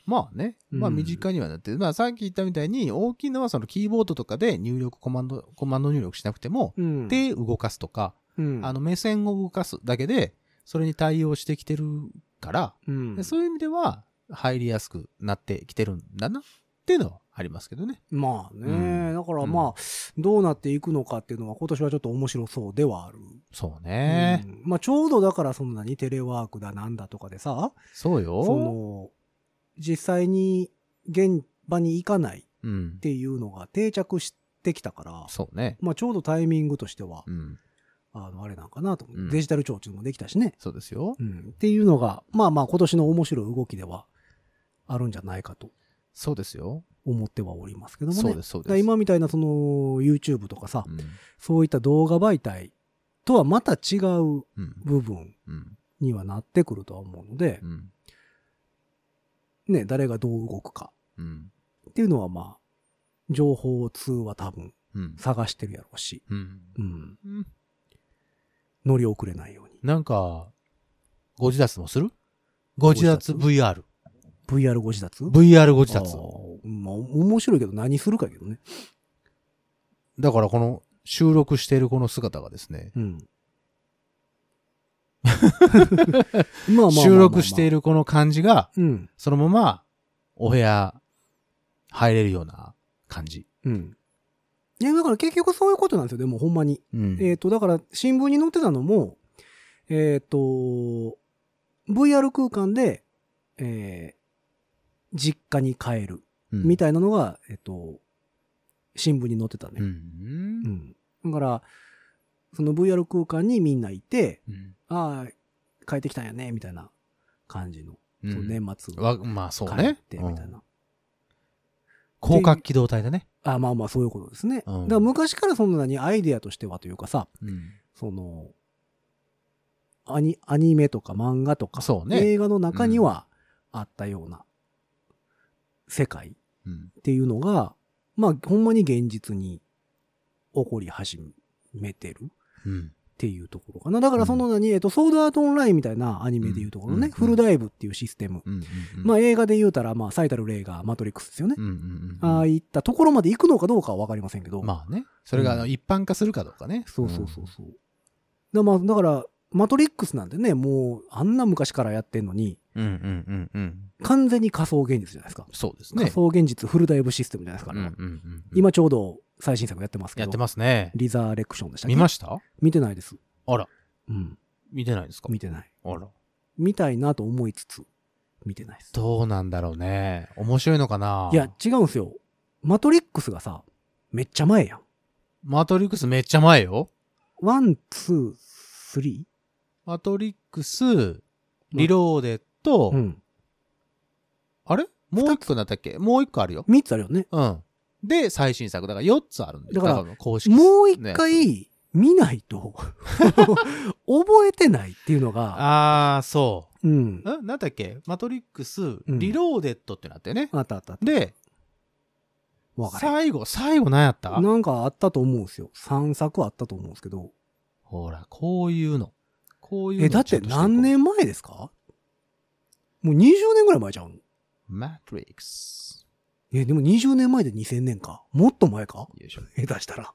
Speaker 3: まあね。まあ
Speaker 2: うん
Speaker 3: 身近にはなってる。まあさっき言ったみたいに大きいのはそのキーボードとかで入力コマンド、コマンド入力しなくても、
Speaker 2: うん、
Speaker 3: 手動かすとか、
Speaker 2: うん、
Speaker 3: あの目線を動かすだけで、それに対応してきてるから、
Speaker 2: うん
Speaker 3: でそういう意味では入りやすくなってきてるんだなっていうのはありますけどね。
Speaker 2: まあね、
Speaker 3: うん
Speaker 2: だからまあ、どうなっていくのかっていうのは今年はちょっと面白そうではある。
Speaker 3: そうね。
Speaker 2: うんまあちょうどだからそんなにテレワークだなんだとかでさ、
Speaker 3: そうよ。
Speaker 2: その、実際に現場に行かない
Speaker 3: うん
Speaker 2: っ。ていうのが定着してきたから、
Speaker 3: そうね。
Speaker 2: まあ、ちょうどタイミングとしては、
Speaker 3: うん。
Speaker 2: あのあれなんかなと思って、
Speaker 3: うん
Speaker 2: デジタル庁っていうのもできたしね、
Speaker 3: そうですよ。
Speaker 2: うん、っていうのが、まあまあ今年の面白い動きではあるんじゃないかと
Speaker 3: そうですよ。
Speaker 2: 思ってはおりますけどもね。
Speaker 3: そうです、そう
Speaker 2: だから
Speaker 3: です。
Speaker 2: 今みたいなその YouTube とかさ、
Speaker 3: うん、
Speaker 2: そういった動画媒体とはまた違う
Speaker 3: うん、
Speaker 2: 部分
Speaker 3: うん、
Speaker 2: にはなってくるとは思うので
Speaker 3: う、ん、
Speaker 2: ね、誰がどう動くか
Speaker 3: うん、
Speaker 2: っていうのはまあ、情報通は多分
Speaker 3: うん、
Speaker 2: 探してるやろうし、
Speaker 3: うん。
Speaker 2: うん、
Speaker 3: うん
Speaker 2: 乗り遅れないように。
Speaker 3: なんか、ご自立もするご自立 VR。
Speaker 2: VR ご自立
Speaker 3: VR ご自立
Speaker 2: あ。ーまあ、面白いけど何するかけどね。
Speaker 3: だからこの収録しているこの姿がですね、 *laughs*
Speaker 2: うん。まあまあまあまあまあ
Speaker 3: 収録しているこの感じが、
Speaker 2: うん。
Speaker 3: そのままお部屋入れるような感じ。
Speaker 2: うん。いや、だから結局そういうことなんですよ。でもほんまに。
Speaker 3: うん
Speaker 2: えっ、と、だから新聞に載ってたのも、えっ、と、VR 空間で、えー実家に帰る、みたいなのが、えっ、と、新聞に載ってた
Speaker 3: う
Speaker 2: ね。
Speaker 3: ん
Speaker 2: う。ん。だから、その VR 空間にみんないて、
Speaker 3: うん
Speaker 2: ああ、帰ってきたんやね、みたいな感じの、
Speaker 3: うん
Speaker 2: その年末。
Speaker 3: わまあそう
Speaker 2: 帰っ
Speaker 3: ね。
Speaker 2: てみたい
Speaker 3: うん
Speaker 2: な。
Speaker 3: 広角機動隊だね。
Speaker 2: あまあまあそういうことですね。
Speaker 3: うん
Speaker 2: だから昔からそんなにアイデアとしてはというかさ、
Speaker 3: うん
Speaker 2: その、アニアニメとか漫画とか、
Speaker 3: そうね
Speaker 2: 映画の中にはあったような世界っ
Speaker 3: うん
Speaker 2: ていうのが、まあほんまに現実に起こり始めてるっ
Speaker 3: うん
Speaker 2: ていうところかな。だからその何、えっと、ソードアートオンラインみたいなアニメでいうところね、
Speaker 3: うん
Speaker 2: フルダイブっていうシステム。
Speaker 3: うんうん
Speaker 2: まあ映画で言うたら、まあ最たる例がマトリックスですよね
Speaker 3: う。んうんうん
Speaker 2: ああいったところまで行くのかどうかはわかりませんけど。
Speaker 3: まあね。それがあ
Speaker 2: う
Speaker 3: の
Speaker 2: ん
Speaker 3: 一般化するかどうかね。
Speaker 2: そうそうそうそう。だまあだから、マトリックスなんてね、もう、あんな昔からやってんのに、
Speaker 3: うん。うんうんうんうん。
Speaker 2: 完全に仮想現実じゃないですか。
Speaker 3: そうです
Speaker 2: 仮
Speaker 3: ね。
Speaker 2: 想現実フルダイブシステムじゃないですか、あ
Speaker 3: うん
Speaker 2: れは
Speaker 3: うんうんうん
Speaker 2: 今ちょうど最新作やってますけど。
Speaker 3: やってますね。
Speaker 2: リザーレクションでしたっけ
Speaker 3: 見ました
Speaker 2: 見てないです。
Speaker 3: あら、
Speaker 2: うん。
Speaker 3: 見てないですか
Speaker 2: 見てない。
Speaker 3: あら。
Speaker 2: 見たいなと思いつつ、見てないです。
Speaker 3: どうなんだろうね。面白いのかない
Speaker 2: や、、違うんですよ。マトリックスがさ、めっちゃ前やん。
Speaker 3: マトリックスめっちゃ前よ。
Speaker 2: ワン、ツー、スリ
Speaker 3: マトリックス、リローデと、
Speaker 2: ーうん。
Speaker 3: あれもう一個なったっけもう一個あるよ。
Speaker 2: 3つあるよね。
Speaker 3: うん。で、最新作。だから4つあるんだよ。
Speaker 2: だから
Speaker 3: 多分公式。
Speaker 2: もう一
Speaker 3: ね
Speaker 2: 回見ないと、 *laughs* 覚えてないっていうのが、
Speaker 3: あー、そ
Speaker 2: うん
Speaker 3: う。。んなんだっけマトリックス、
Speaker 2: ん
Speaker 3: リローデットってなってね。
Speaker 2: あったあったあった。
Speaker 3: で、
Speaker 2: わか
Speaker 3: 最後、最後何やった
Speaker 2: る。なんかあったと思うんですよ。3作あったと思うんですけど。
Speaker 3: ほら、こういうの。こういうの。
Speaker 2: え、だって何年前ですかもう20年ぐらい前じゃん。
Speaker 3: マトリックス。
Speaker 2: え、でも20年前で2000年か。もっと前か
Speaker 3: よいしょ。
Speaker 2: 下手したら。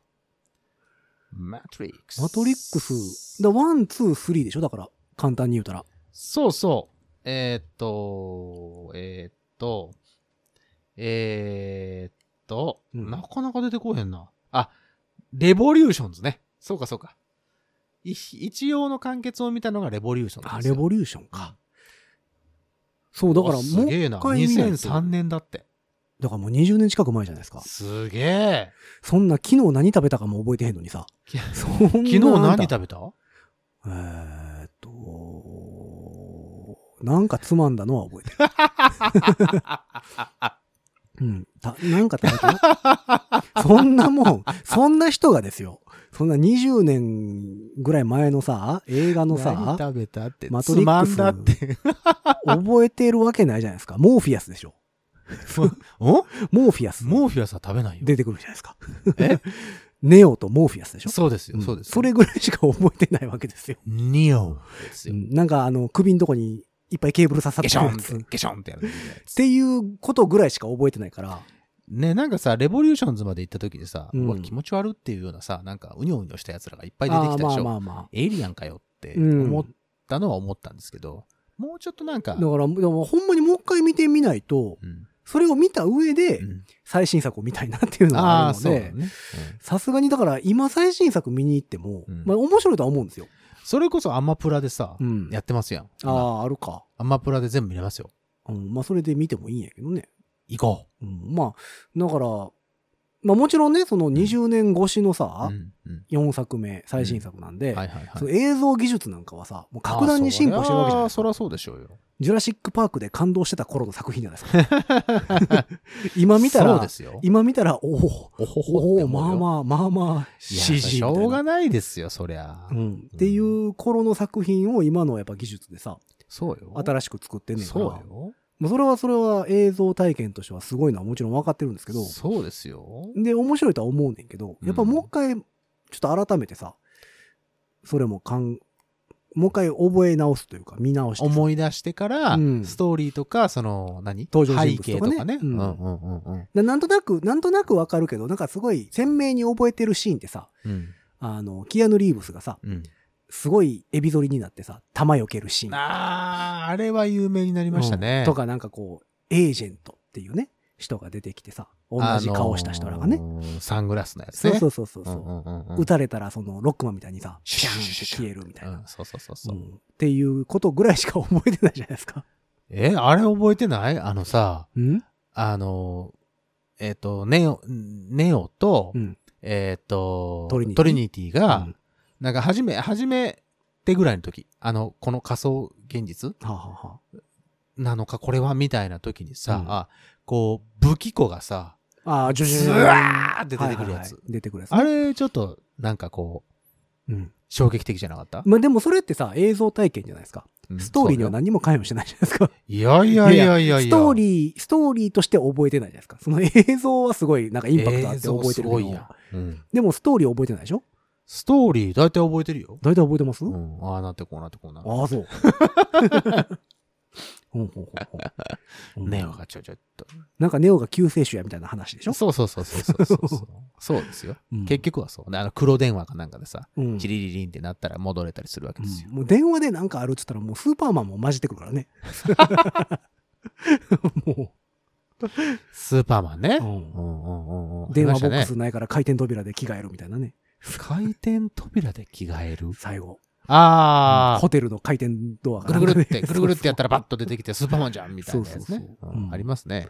Speaker 3: マトリックス。
Speaker 2: マトリックス、だ、ワン、ツー、スリーでしょだから、簡単に言うたら。
Speaker 3: そうそう。えーっと、えーっと、えーっと、
Speaker 2: うん
Speaker 3: なかなか出てこへんな。あ、レボリューションズね。そうかそうか。い一応の完結を見たのがレボリューションズ
Speaker 2: あ、
Speaker 3: です
Speaker 2: レ
Speaker 3: よ。
Speaker 2: ボリューションか。そう、だからも
Speaker 3: あ
Speaker 2: う
Speaker 3: すげえな。
Speaker 2: 一回見ないと。
Speaker 3: 2003年だって。
Speaker 2: だからもう20年近く前じゃないですか。
Speaker 3: すげえ。
Speaker 2: そんな昨日何食べたかも覚えてへんのにさ。
Speaker 3: き
Speaker 2: そ
Speaker 3: 昨
Speaker 2: んな
Speaker 3: 日何
Speaker 2: べ
Speaker 3: 食べた
Speaker 2: えーっと、なんかつまんだのは覚えてる。 *laughs* うん。たなんか食べたの *laughs* そんなもん、そんな人がですよ。そんな20年ぐらい前のさ、映画の
Speaker 3: 何
Speaker 2: さ、
Speaker 3: 食べたって。
Speaker 2: マトリックス
Speaker 3: つまん
Speaker 2: *laughs*
Speaker 3: だって。
Speaker 2: 覚えてるわけないじゃないですか。モーフィアスでしょ。
Speaker 3: お
Speaker 2: モーフィアス。
Speaker 3: モーフィアスは食べないよ。
Speaker 2: 出てくるじゃないですか。
Speaker 3: え
Speaker 2: *laughs* ネオとモーフィアスでしょ。
Speaker 3: そうですよ。
Speaker 2: ん
Speaker 3: そうですよ。
Speaker 2: それぐらいしか覚えてないわけですよ。
Speaker 3: ニオです
Speaker 2: う
Speaker 3: よ。
Speaker 2: んなんかあの、首のとこにいっぱいケーブル刺さっ
Speaker 3: ゲ
Speaker 2: て
Speaker 3: シ
Speaker 2: る
Speaker 3: ョン
Speaker 2: やつ。
Speaker 3: って、ゲションってやるみたいなや
Speaker 2: っ
Speaker 3: つ。
Speaker 2: ていうことぐらいしか覚えてないから、
Speaker 3: ね、なんかさ、レボリューションズまで行った時でさ、
Speaker 2: うん
Speaker 3: うわ気持ち悪っていうようなさ、なんかうにょうにょした奴らがいっぱい出て
Speaker 2: あ
Speaker 3: き
Speaker 2: あ
Speaker 3: たで
Speaker 2: ま
Speaker 3: し
Speaker 2: あ
Speaker 3: ょ。
Speaker 2: まあま
Speaker 3: エイリアンかよって
Speaker 2: うん
Speaker 3: 思ったのは思ったんですけど、もうちょっとなん
Speaker 2: あ。
Speaker 3: か、
Speaker 2: だから、でもほんまにもう一回見てみないと、
Speaker 3: うん
Speaker 2: それを見た上で
Speaker 3: う、ん
Speaker 2: 最新作を見たいなっていうのが
Speaker 3: あ
Speaker 2: あ
Speaker 3: あ、
Speaker 2: る
Speaker 3: そ
Speaker 2: の
Speaker 3: うだ
Speaker 2: で、
Speaker 3: ね、うん
Speaker 2: さすがにだから今最新作見に行っても、
Speaker 3: うん
Speaker 2: まあ面白いとは思うんですよ。
Speaker 3: それこそアマプラでさ、
Speaker 2: うん。
Speaker 3: やってますやん。
Speaker 2: ああ、あるか。
Speaker 3: アマプラで全部見れますよ。
Speaker 2: うん、まあそれで見てもいいんやけどね。
Speaker 3: 行こ
Speaker 2: うん、まあ、だから、まあもちろんね、その20年越しの
Speaker 3: う。
Speaker 2: さ
Speaker 3: う、んうん
Speaker 2: 4作目、最新作なんで、
Speaker 3: はいはいはい
Speaker 2: その映像技術なんかはさ、もう格段に進歩してるわけじゃないで
Speaker 3: あー
Speaker 2: す
Speaker 3: そ
Speaker 2: か
Speaker 3: りゃそうでしょうよ。
Speaker 2: *laughs* ジュラシック・パークで感動してた頃の作品じゃないですか。今見た
Speaker 3: そう
Speaker 2: ら
Speaker 3: で、すよ。
Speaker 2: 今見たら、おお、
Speaker 3: お
Speaker 2: お
Speaker 3: ほほって
Speaker 2: お、
Speaker 3: 思うよ
Speaker 2: まあまあ、まあまあ、
Speaker 3: いや
Speaker 2: CG み
Speaker 3: した
Speaker 2: い
Speaker 3: ょう
Speaker 2: な
Speaker 3: が。ないですよ、そりゃ。
Speaker 2: うん、っていう頃の作品を今のやっぱ技術でさ、
Speaker 3: そうよ。
Speaker 2: 新しく作ってんねんか
Speaker 3: そう
Speaker 2: ら。
Speaker 3: よ。
Speaker 2: まあそれはそれは映像体験としてはすごいのはもちろん分かってるんですけど、
Speaker 3: そうですよ。
Speaker 2: で、面白いとは思うねんけど、やっぱもう一回、ちょっと改めてさ、それもかん、もう一回覚え直すというか、見直してさ、
Speaker 3: 思い出してから、
Speaker 2: うん
Speaker 3: ストーリーとか、その、何
Speaker 2: 登場
Speaker 3: 背
Speaker 2: 人物
Speaker 3: 景
Speaker 2: とかね
Speaker 3: とかね。
Speaker 2: うん
Speaker 3: うんうんうんうん
Speaker 2: ななんとなく、なんとなくわかるけど、なんかすごい鮮明に覚えてるシーンってさ、
Speaker 3: うん
Speaker 2: あの、キアヌ・リーブスがさ、
Speaker 3: うん。
Speaker 2: すごいエビ反りになってさ、弾避けるシーン。
Speaker 3: あー、あれは有名になりました
Speaker 2: う
Speaker 3: ね
Speaker 2: ん。とかなんかこう、エージェントっていうね、人が出てきてさ、同じ顔した人らがね。
Speaker 3: あのーサングラスのやつ
Speaker 2: そう
Speaker 3: ね。
Speaker 2: そううそうそう。
Speaker 3: ん
Speaker 2: う
Speaker 3: うんうんうん
Speaker 2: 撃たれたらそのロックマンみたいにさ、シ
Speaker 3: シ
Speaker 2: ャ
Speaker 3: ュ
Speaker 2: ー
Speaker 3: シ
Speaker 2: ンっ
Speaker 3: ュシ
Speaker 2: て
Speaker 3: ュシュ
Speaker 2: 消えるみたいな
Speaker 3: うん。そうそうそうそう。
Speaker 2: うんっていうことぐらいしか覚えてないじゃないですか。
Speaker 3: え、あれ覚えてないあのさ、
Speaker 2: うん
Speaker 3: あのー、えっ、と、ネオ、ネオと、
Speaker 2: うん
Speaker 3: えっ、と
Speaker 2: トリニティ
Speaker 3: ティが、
Speaker 2: うん
Speaker 3: なんか、初め、初めてぐらいの時、あの、この仮想現実
Speaker 2: はあはあは
Speaker 3: なのか、これはみたいな時にさ、
Speaker 2: うん
Speaker 3: あこう、武器庫がさ、
Speaker 2: あ。ああ、ジュジュジ
Speaker 3: ズ
Speaker 2: ュ
Speaker 3: ワーって出てくる
Speaker 2: はいは
Speaker 3: や
Speaker 2: い
Speaker 3: つ。
Speaker 2: はい出てくるやつ。
Speaker 3: あれ、ちょっと、なんかこう、
Speaker 2: うん。
Speaker 3: 衝撃的じゃなかった、
Speaker 2: まあでもそれってさ、映像体験じゃないですか。
Speaker 3: うん
Speaker 2: ストーリーには
Speaker 3: そうよ
Speaker 2: 何も関与してないじゃないですか。
Speaker 3: いやいやいやいやいや。
Speaker 2: ストーリー、ストーリーとして覚えてないじゃないですか。その映像はすごい、なんかインパクトあって覚えてる
Speaker 3: 映像すごい
Speaker 2: けど
Speaker 3: や。ん、うん
Speaker 2: でもストーリー覚えてないでしょ
Speaker 3: ストーリー、大体覚えてるよ。
Speaker 2: 大体覚えてます、
Speaker 3: うん、ああ、なってこうなってこうな。
Speaker 2: ああ、そう。ほんほんほんほん
Speaker 3: ネオがちょちょっと。
Speaker 2: なんかネオが救世主やみたいな話でしょ、
Speaker 3: そうそうそうそうそうそう。 *laughs* そうですよ。
Speaker 2: うん
Speaker 3: 結局はそう。であの黒電話かなんかでさ、
Speaker 2: うん
Speaker 3: チリリリンってなったら戻れたりするわけですよ
Speaker 2: う。んもう電話でなんかあるっつったらもうスーパーマンも混じってくる
Speaker 3: *laughs*
Speaker 2: からね。も
Speaker 3: スーパーマンね。
Speaker 2: う、
Speaker 3: うんんうんうんうん。
Speaker 2: 電話
Speaker 3: あり
Speaker 2: ボ
Speaker 3: ま
Speaker 2: ック
Speaker 3: した
Speaker 2: ス
Speaker 3: ね
Speaker 2: ないから回転扉で着替えるみたいなね。
Speaker 3: 回転扉で着替える。
Speaker 2: 最後。
Speaker 3: ああ
Speaker 2: ホ。テルの回転ドア
Speaker 3: ぐ
Speaker 2: が、
Speaker 3: る
Speaker 2: ね。
Speaker 3: ぐるって、ぐるぐるってやったらバ
Speaker 2: ッ
Speaker 3: ッと出てきてスーパーマンじゃんみたいなやつ
Speaker 2: そう
Speaker 3: ね
Speaker 2: そう。そう
Speaker 3: う
Speaker 2: うん
Speaker 3: んありますね。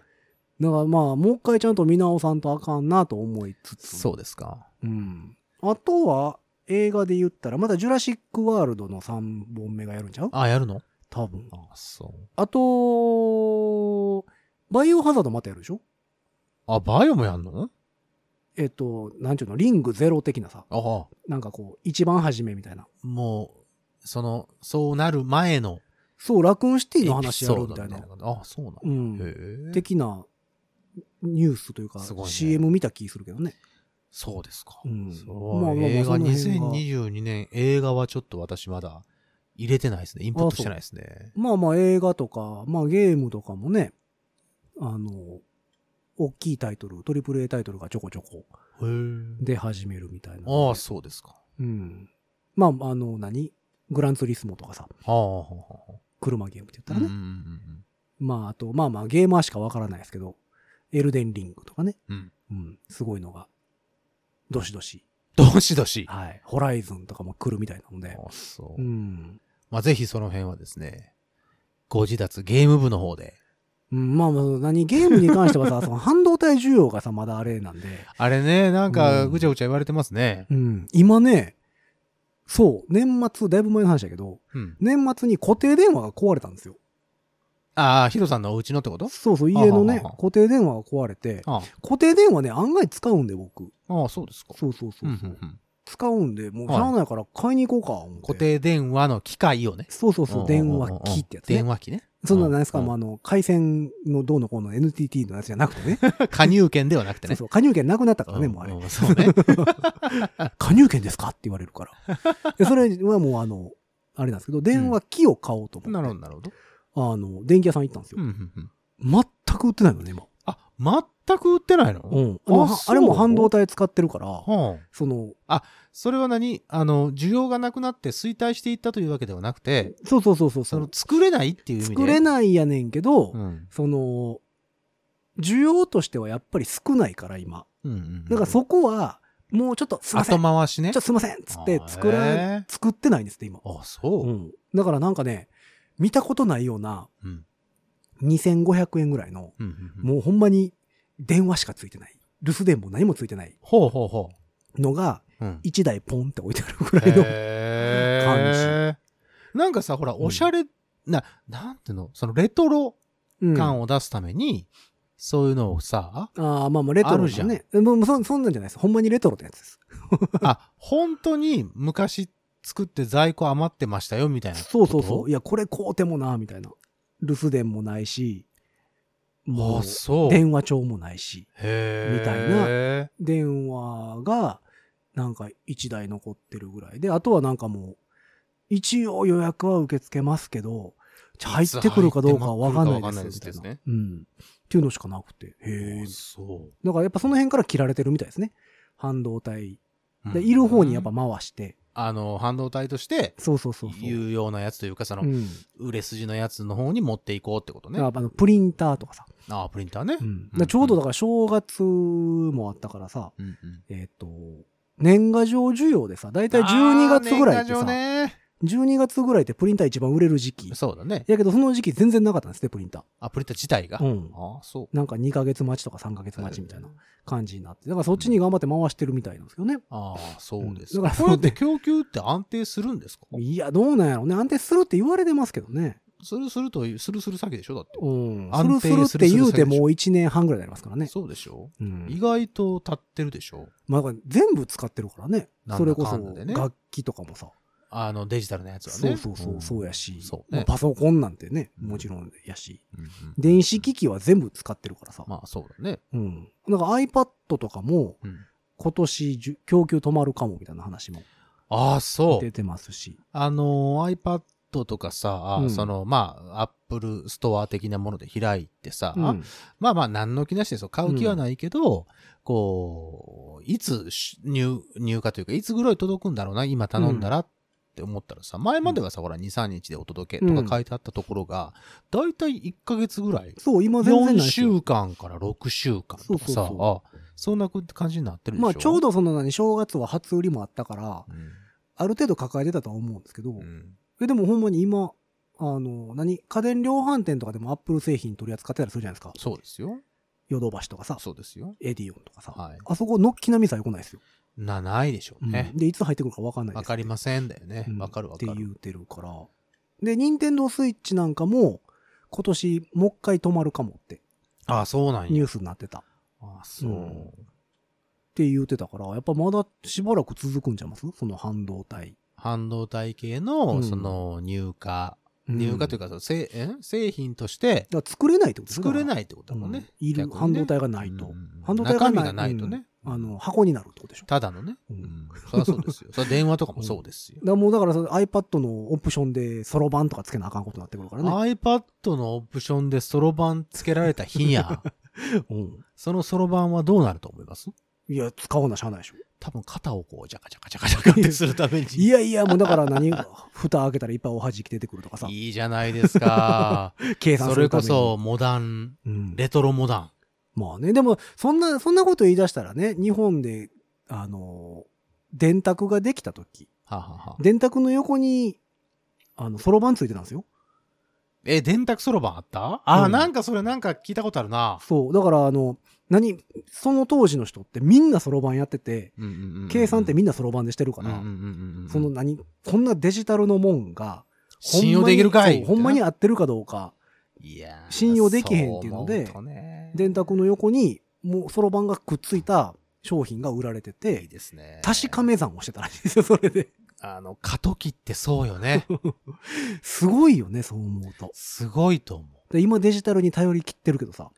Speaker 2: だからまあ、もう一回ちゃんと見直さんとあかんなと思いつつ。
Speaker 3: そうですか。
Speaker 2: うん。あとは、映画で言ったら、まだジュラシックワールドの3本目がやるんちゃう
Speaker 3: あ、やるの
Speaker 2: 多分。
Speaker 3: あ、そう。
Speaker 2: あと、バイオハザードまたやるでしょ
Speaker 3: あ、バイオもやんの
Speaker 2: えっと、なんちゅうの、リングゼロ的なさ、
Speaker 3: ああ。
Speaker 2: なんかこう、一番初めみたいな。
Speaker 3: もう、その、そうなる前の
Speaker 2: そう、ラクーンシテ
Speaker 3: エ
Speaker 2: ィ
Speaker 3: ピ
Speaker 2: の話や
Speaker 3: ソ
Speaker 2: ろう
Speaker 3: ー
Speaker 2: み
Speaker 3: ド
Speaker 2: たい
Speaker 3: みたい
Speaker 2: な
Speaker 3: な。感じ。あ、そうなの
Speaker 2: う
Speaker 3: へ
Speaker 2: ん。
Speaker 3: え
Speaker 2: 的なニュースというか、
Speaker 3: すごいね
Speaker 2: CM 見た気するけどね。
Speaker 3: そうですか。
Speaker 2: うん
Speaker 3: そう
Speaker 2: まあまあまあ
Speaker 3: 映
Speaker 2: そ
Speaker 3: 画
Speaker 2: の辺が
Speaker 3: 2022年映画はちょっと私まだ入れてないですね。インプットしてないですね。
Speaker 2: まあまあ映画とか、まあゲームとかもね、あの、大きいタイトル、トリプル A タイトルがちょこちょこ
Speaker 3: へえ。
Speaker 2: 出始めるみたいな。
Speaker 3: ああ、そうですか。
Speaker 2: うん。まあ、あの、何グランツーリスモとかさ、
Speaker 3: はあ、はあ、はあ。
Speaker 2: 車ゲームって言った
Speaker 3: う
Speaker 2: ら
Speaker 3: んうん
Speaker 2: ね。まあ、あと、まあまあ、ゲーマーしかわからないですけど、エルデンリングとかね。
Speaker 3: うんうん。
Speaker 2: うん。すごいのが、どしどし。
Speaker 3: どしどし。あ
Speaker 2: はい。ホライズンとかも来るみたいなので。
Speaker 3: そうう。
Speaker 2: ん。
Speaker 3: まあ、ぜひその辺はですね、ご自立ゲーム部の方で。
Speaker 2: うん、まあまあ、何、ゲームに関しては
Speaker 3: *laughs*
Speaker 2: さ、その半導体需要がさ、まだあれなんで、
Speaker 3: あれね、なん
Speaker 2: う
Speaker 3: か
Speaker 2: ん
Speaker 3: ぐちゃぐちゃ言われてますね。
Speaker 2: うん。今ね、そう、年末、だいぶ前の話だけど、
Speaker 3: うん。
Speaker 2: 年末に固定電話が壊れたんですよ。
Speaker 3: ああ、ヒロさんのお家のってこと
Speaker 2: そうそう、家の
Speaker 3: あ
Speaker 2: ね
Speaker 3: ははは、
Speaker 2: 固定電話が壊れて、
Speaker 3: あ
Speaker 2: 固定電話ね、案外使うんで、僕。
Speaker 3: あ、ああそうですか。
Speaker 2: そうそうそうう。
Speaker 3: んうんうん
Speaker 2: 使うんで、もうし
Speaker 3: はい
Speaker 2: ゃあないから買いに行こうか、思って
Speaker 3: 固。定電話の機械をね。
Speaker 2: そうそうそう、電話機ってやつね
Speaker 3: 電。話
Speaker 2: *laughs*
Speaker 3: 機ね。
Speaker 2: そんななんですか、
Speaker 3: うん
Speaker 2: もうあの、回線のどうのこうの NTT のやつじゃなくて
Speaker 3: *laughs*
Speaker 2: ね。
Speaker 3: 加入券ではなくて
Speaker 2: そう
Speaker 3: ね。
Speaker 2: そう、加入券なくなったからね、
Speaker 3: ん
Speaker 2: もうあれ。
Speaker 3: んそう
Speaker 2: *laughs*
Speaker 3: ね。
Speaker 2: 加入券ですかって言われるから。でそれはもうあの、あれなんですけど、電話機を買おうと思って。
Speaker 3: なるほど、なるほど。
Speaker 2: あの、電気屋さん行ったんですよ。
Speaker 3: うんうんうん
Speaker 2: 全く売ってないのね、今。
Speaker 3: あ、全く売ってないの
Speaker 2: うん。あのあ
Speaker 3: そう
Speaker 2: れも半導体使ってるから、
Speaker 3: はあ
Speaker 2: その、
Speaker 3: それは何あの、需要がなくなって衰退していったというわけではなくて、
Speaker 2: そうそうそうそうそ
Speaker 3: その
Speaker 2: う。
Speaker 3: 作れないっていう意味で。
Speaker 2: 作れ
Speaker 3: い。
Speaker 2: ないやねんけど、
Speaker 3: うん。
Speaker 2: その、需要としてはやっぱり少ないから、今。
Speaker 3: うんうん。
Speaker 2: だからそこは、もうちょっと、すいません。
Speaker 3: 後
Speaker 2: ちょ
Speaker 3: 回しね
Speaker 2: っと。すいませんっつって作
Speaker 3: あ
Speaker 2: ら、
Speaker 3: へえ
Speaker 2: 作ってないんですって、今。
Speaker 3: あ、そうう。
Speaker 2: ん。だからなんかね、見たことないような、
Speaker 3: うん。
Speaker 2: 2500円ぐらいの、
Speaker 3: うんうんうん
Speaker 2: もうほんまに電話しかついてない。留守電も何もついてない
Speaker 3: ほうほうほ
Speaker 2: のが、*laughs*
Speaker 3: う。うん。
Speaker 2: 1台ポンって置いてあるぐらいの。
Speaker 3: へーなんかさ、ほら、おしゃれ、な、なんていうの、そのレトロ
Speaker 2: うん、
Speaker 3: 感を出すために、そういうのをさ
Speaker 2: ああ、まあまあ、レトロじゃね。もうそそんなんじゃないです。ほんまにレトロってやつです。
Speaker 3: *laughs* あ、本当に昔作って在庫余ってましたよ、みたいな。
Speaker 2: そうそうそう。いや、これ買うてもな、みたいな。留守電もないし、も
Speaker 3: あ、
Speaker 2: う、
Speaker 3: そう。
Speaker 2: 電話帳もないし、
Speaker 3: へー
Speaker 2: みたいな。電話が、なんか1台残ってるぐらいで、あとはなんかもう、一応予約は受け付けますけど、じゃあ入ってくるかどうかはわかんないですみたい
Speaker 3: いつ入ってくるかわかんないです
Speaker 2: な。
Speaker 3: ですね
Speaker 2: うん。っていうのしかなくて。へえ
Speaker 3: あ。そ
Speaker 2: だからやっぱその辺から切られてるみたいですね。半導体。
Speaker 3: う。
Speaker 2: で、
Speaker 3: うん
Speaker 2: いる方にやっぱ。回して。
Speaker 3: あの、半導体として、
Speaker 2: そうそうそうそう。
Speaker 3: 有用なやつというか、その、
Speaker 2: うん。
Speaker 3: 売れ筋のやつの方に持っていこうってこと
Speaker 2: だ
Speaker 3: ね
Speaker 2: か。らあのプリンターとかさ。
Speaker 3: ああ、プリンターね
Speaker 2: う。ん。だからちょうどだから正月もあったからさ、
Speaker 3: うんうん。
Speaker 2: えっ、と、年賀状需要でさ、だいたい12月ぐらいって
Speaker 3: あー
Speaker 2: さ、
Speaker 3: 年賀状ね
Speaker 2: 12月ぐらいってプリンター一番売れる時期。
Speaker 3: そうだね。
Speaker 2: やけどその時期全然なかったんですね、プリンタ
Speaker 3: あ、プリンター自体が。
Speaker 2: ー。うん。
Speaker 3: ああ、そう。
Speaker 2: なんか2ヶ月待ちとか3ヶ月待ちみたいな感じになって。だからそっちに頑張って回してるみたいなんですよね。
Speaker 3: ああ、そうです
Speaker 2: うん
Speaker 3: か。
Speaker 2: だから
Speaker 3: これって供給って安定するんですか
Speaker 2: いや、どうなんやろうね。安定するって言われてますけどね。
Speaker 3: するするという、するする詐欺でしょだって。
Speaker 2: うん。する
Speaker 3: 安
Speaker 2: す
Speaker 3: 定
Speaker 2: るって言うて
Speaker 3: するするする
Speaker 2: もう1年半ぐらいになりますからね。
Speaker 3: そうでしょ
Speaker 2: う
Speaker 3: 意
Speaker 2: ん。
Speaker 3: 外と立ってるでしょ
Speaker 2: まあ、だから全部使ってるからね。
Speaker 3: なんだ
Speaker 2: それこそ
Speaker 3: かんだでね
Speaker 2: 楽器とかもさ。
Speaker 3: あの、デジタルのやつは
Speaker 2: そう
Speaker 3: ね。
Speaker 2: そうそ
Speaker 3: ん
Speaker 2: う、そうやし。
Speaker 3: そう
Speaker 2: まあ
Speaker 3: ね。
Speaker 2: パソコンなんてね、
Speaker 3: うん
Speaker 2: もちろんやし。
Speaker 3: うんうん
Speaker 2: 電子機器は全部使ってるからさ。
Speaker 3: まあ、そうだね。
Speaker 2: うん。なんか iPad とかも
Speaker 3: うん
Speaker 2: 今年じゅ供給止まるかもみたいな話も
Speaker 3: ああ、そ
Speaker 2: 出
Speaker 3: う。
Speaker 2: てますし。
Speaker 3: あのー、iPad とかさ、
Speaker 2: うん
Speaker 3: その、まあ、Apple ストア的なもので開いてさ、
Speaker 2: うん
Speaker 3: まあまあ、何の気なしですよ。買う気はないけど、こう、いつし入、入荷というか、いつぐらい届くんだろうな、今頼んだらって思ったらさ、前まではさ、ほら、2、3日でお届けとか書いてあったところが、だいたい1ヶ月ぐらい。
Speaker 2: そう、今全然ない
Speaker 3: 4
Speaker 2: ですよ
Speaker 3: 週間から6週間とか
Speaker 2: そうそう
Speaker 3: さ、あそんな感じになってるでしょ。
Speaker 2: まあちょう
Speaker 3: ど、
Speaker 2: どその何、正月は初売りもあったから、ある程度抱えてたとは思うんですけど、
Speaker 3: うん
Speaker 2: えでもほんまに今、あの、何、家電量販店とかでもアップル製品取り扱ってたりするじゃないですか。
Speaker 3: そうですよ。
Speaker 2: ヨドバシとかさ、
Speaker 3: そうですよ。
Speaker 2: エディオンとかさ。
Speaker 3: はい。
Speaker 2: あそこ、のっきなみさえ来ないですよ。
Speaker 3: な、ないでしょうね
Speaker 2: うん。で、いつ入ってくるか分かんない
Speaker 3: わ、
Speaker 2: です
Speaker 3: かりませんだよね
Speaker 2: う。ん
Speaker 3: わ、かるわ
Speaker 2: っ
Speaker 3: か
Speaker 2: て
Speaker 3: る。
Speaker 2: 言うてるから。で、任天堂スイッチなんかも、今年、もう一回止まるかもって、
Speaker 3: ああ、そうなん
Speaker 2: ニュ
Speaker 3: や。
Speaker 2: ースになってた。っ
Speaker 3: ああ、そう。
Speaker 2: うんて言うてたから、やっぱまだしばらく続くんちゃいますその半導体。
Speaker 3: 半導体系
Speaker 2: う
Speaker 3: の、
Speaker 2: ん
Speaker 3: その、入荷、入荷という
Speaker 2: か。
Speaker 3: か、その製え製品として
Speaker 2: だから作れないってこと
Speaker 3: 作れ
Speaker 2: い。
Speaker 3: ないってことだもんね。
Speaker 2: うんいる
Speaker 3: 逆にね
Speaker 2: 半導体がないと
Speaker 3: うんうんうん
Speaker 2: 半導体が
Speaker 3: 中身がないとね。
Speaker 2: うんあの、箱になるってことでしょ。だか
Speaker 3: ただのね。
Speaker 2: う
Speaker 3: うんん。そりゃそうですよ。それは電話とかもそうですよ。
Speaker 2: らもうだからその iPad のオプションでソロ版とかつけなあかんことになってくるからね。
Speaker 3: iPad のオプションでそろばんつけられた日 *laughs* や、
Speaker 2: うん。
Speaker 3: そのそろばんはどうなると思います
Speaker 2: いや、使わなしゃあないでしょ。
Speaker 3: 多分肩をこう、ジャカジャカジャカジャカってするために。
Speaker 2: いやいや、もうだから何、蓋開けたらいっぱいおはじき出てくるとかさ、
Speaker 3: いいじゃないです *laughs* か。
Speaker 2: 計算
Speaker 3: そ
Speaker 2: する
Speaker 3: れ
Speaker 2: ため
Speaker 3: こ
Speaker 2: に。
Speaker 3: そ、モダン、
Speaker 2: うん、
Speaker 3: レトロモダン。
Speaker 2: まあね、でも、そんな、そんなこと言い出したらね、日本で、あの、電卓ができた時、
Speaker 3: はあはあはあ
Speaker 2: 電卓の横に、あの、そろばんついてたんですよ。
Speaker 3: え、電卓そろばんあったあ、
Speaker 2: うん
Speaker 3: なんかそれなんか聞いたことあるな。
Speaker 2: そう。だから、あの、何、その当時の人ってみんなそろばんやってて、
Speaker 3: うんうんうんうん
Speaker 2: 計算ってみんなそろばんでしてるか
Speaker 3: うんうん
Speaker 2: ら
Speaker 3: うん、うんうん
Speaker 2: その何、こんなデジタルのもんが、ほんまに
Speaker 3: 信用できるかい
Speaker 2: そうほんまに
Speaker 3: み
Speaker 2: 合ってるかどうか、
Speaker 3: たいないやー
Speaker 2: 信用できへんっていうので
Speaker 3: そう思うとね
Speaker 2: 電卓の横に、もうそろばんがくっついた商品が売られて
Speaker 3: いい
Speaker 2: て、
Speaker 3: ですね。
Speaker 2: 確かめ算をしてたらしいですよ、それで。
Speaker 3: あの、過渡期ってそうよ *laughs* ね。
Speaker 2: すごいよね、そう思うと。
Speaker 3: すごいと思う。
Speaker 2: で今デジタルに頼りきってるけどさ。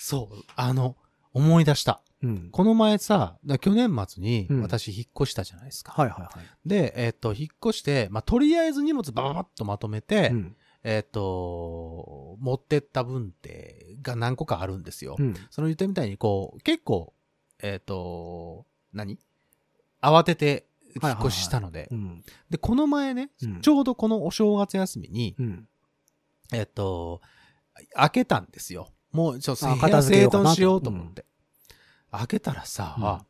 Speaker 3: そう、あの、思い出した。
Speaker 2: うん。
Speaker 3: この前さ、だ去年末に
Speaker 2: うん
Speaker 3: 私引っ越したじゃないですか。
Speaker 2: はいはいはい。
Speaker 3: で、えっ、と、引っ越して、まあ、とりあえず荷物バババッとまとめて、
Speaker 2: うん
Speaker 3: えっ、と、持ってった分って、が何個かあるんですよ。
Speaker 2: うん
Speaker 3: その言ったみたいに、こう、結構、えっ、と、何慌てて引っ越ししたので、
Speaker 2: うん。
Speaker 3: で、この前ね、
Speaker 2: うん
Speaker 3: ちょうどこのお正月休みに、
Speaker 2: うん。
Speaker 3: えっ、と、開けたんですよ。もう、ちょっと
Speaker 2: あ
Speaker 3: 部
Speaker 2: 片
Speaker 3: 屋
Speaker 2: 付けよ
Speaker 3: 整
Speaker 2: うかなと
Speaker 3: 頓しようと思って。開けたらさ、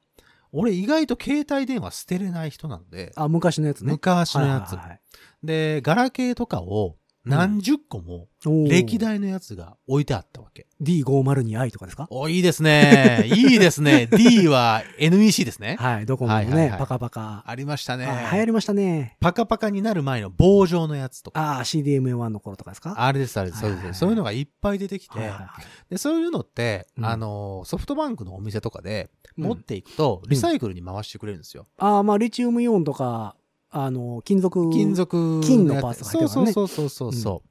Speaker 3: 俺意外と携帯電話捨てれない人なんで、
Speaker 2: あ、昔のやつね。
Speaker 3: 昔のやつ
Speaker 2: はいはいはいはい
Speaker 3: で、ガラケーとかを、何十個も
Speaker 2: おー
Speaker 3: 歴代のやつが置いてあったわけ。
Speaker 2: D502i とかですか
Speaker 3: お、いいです *laughs* ね。いいですね。D は NEC ですね。
Speaker 2: はい、どこもね、
Speaker 3: はいはいはい
Speaker 2: パカパカ。
Speaker 3: ありましたね。
Speaker 2: あ流行りましたね。
Speaker 3: パカパカになる前の棒状のやつとか。
Speaker 2: ああ、CDMA1 の頃とかですか
Speaker 3: あれです、あれです、そうで
Speaker 2: はい
Speaker 3: す
Speaker 2: はいはい
Speaker 3: そういうのがいっぱい出てきて、
Speaker 2: はいはいはい
Speaker 3: で、そういうのって、
Speaker 2: うん
Speaker 3: あの、ソフトバンクのお店とかで
Speaker 2: うん
Speaker 3: 持っていくと、リサイクルに回してくれるんですよ。
Speaker 2: ああ、まあ、リチウムイオンとか、あの、金属。
Speaker 3: 金属
Speaker 2: 金のパーツが入っ
Speaker 3: そう
Speaker 2: てるか
Speaker 3: そ
Speaker 2: ら
Speaker 3: う
Speaker 2: ね
Speaker 3: そうそうそうそう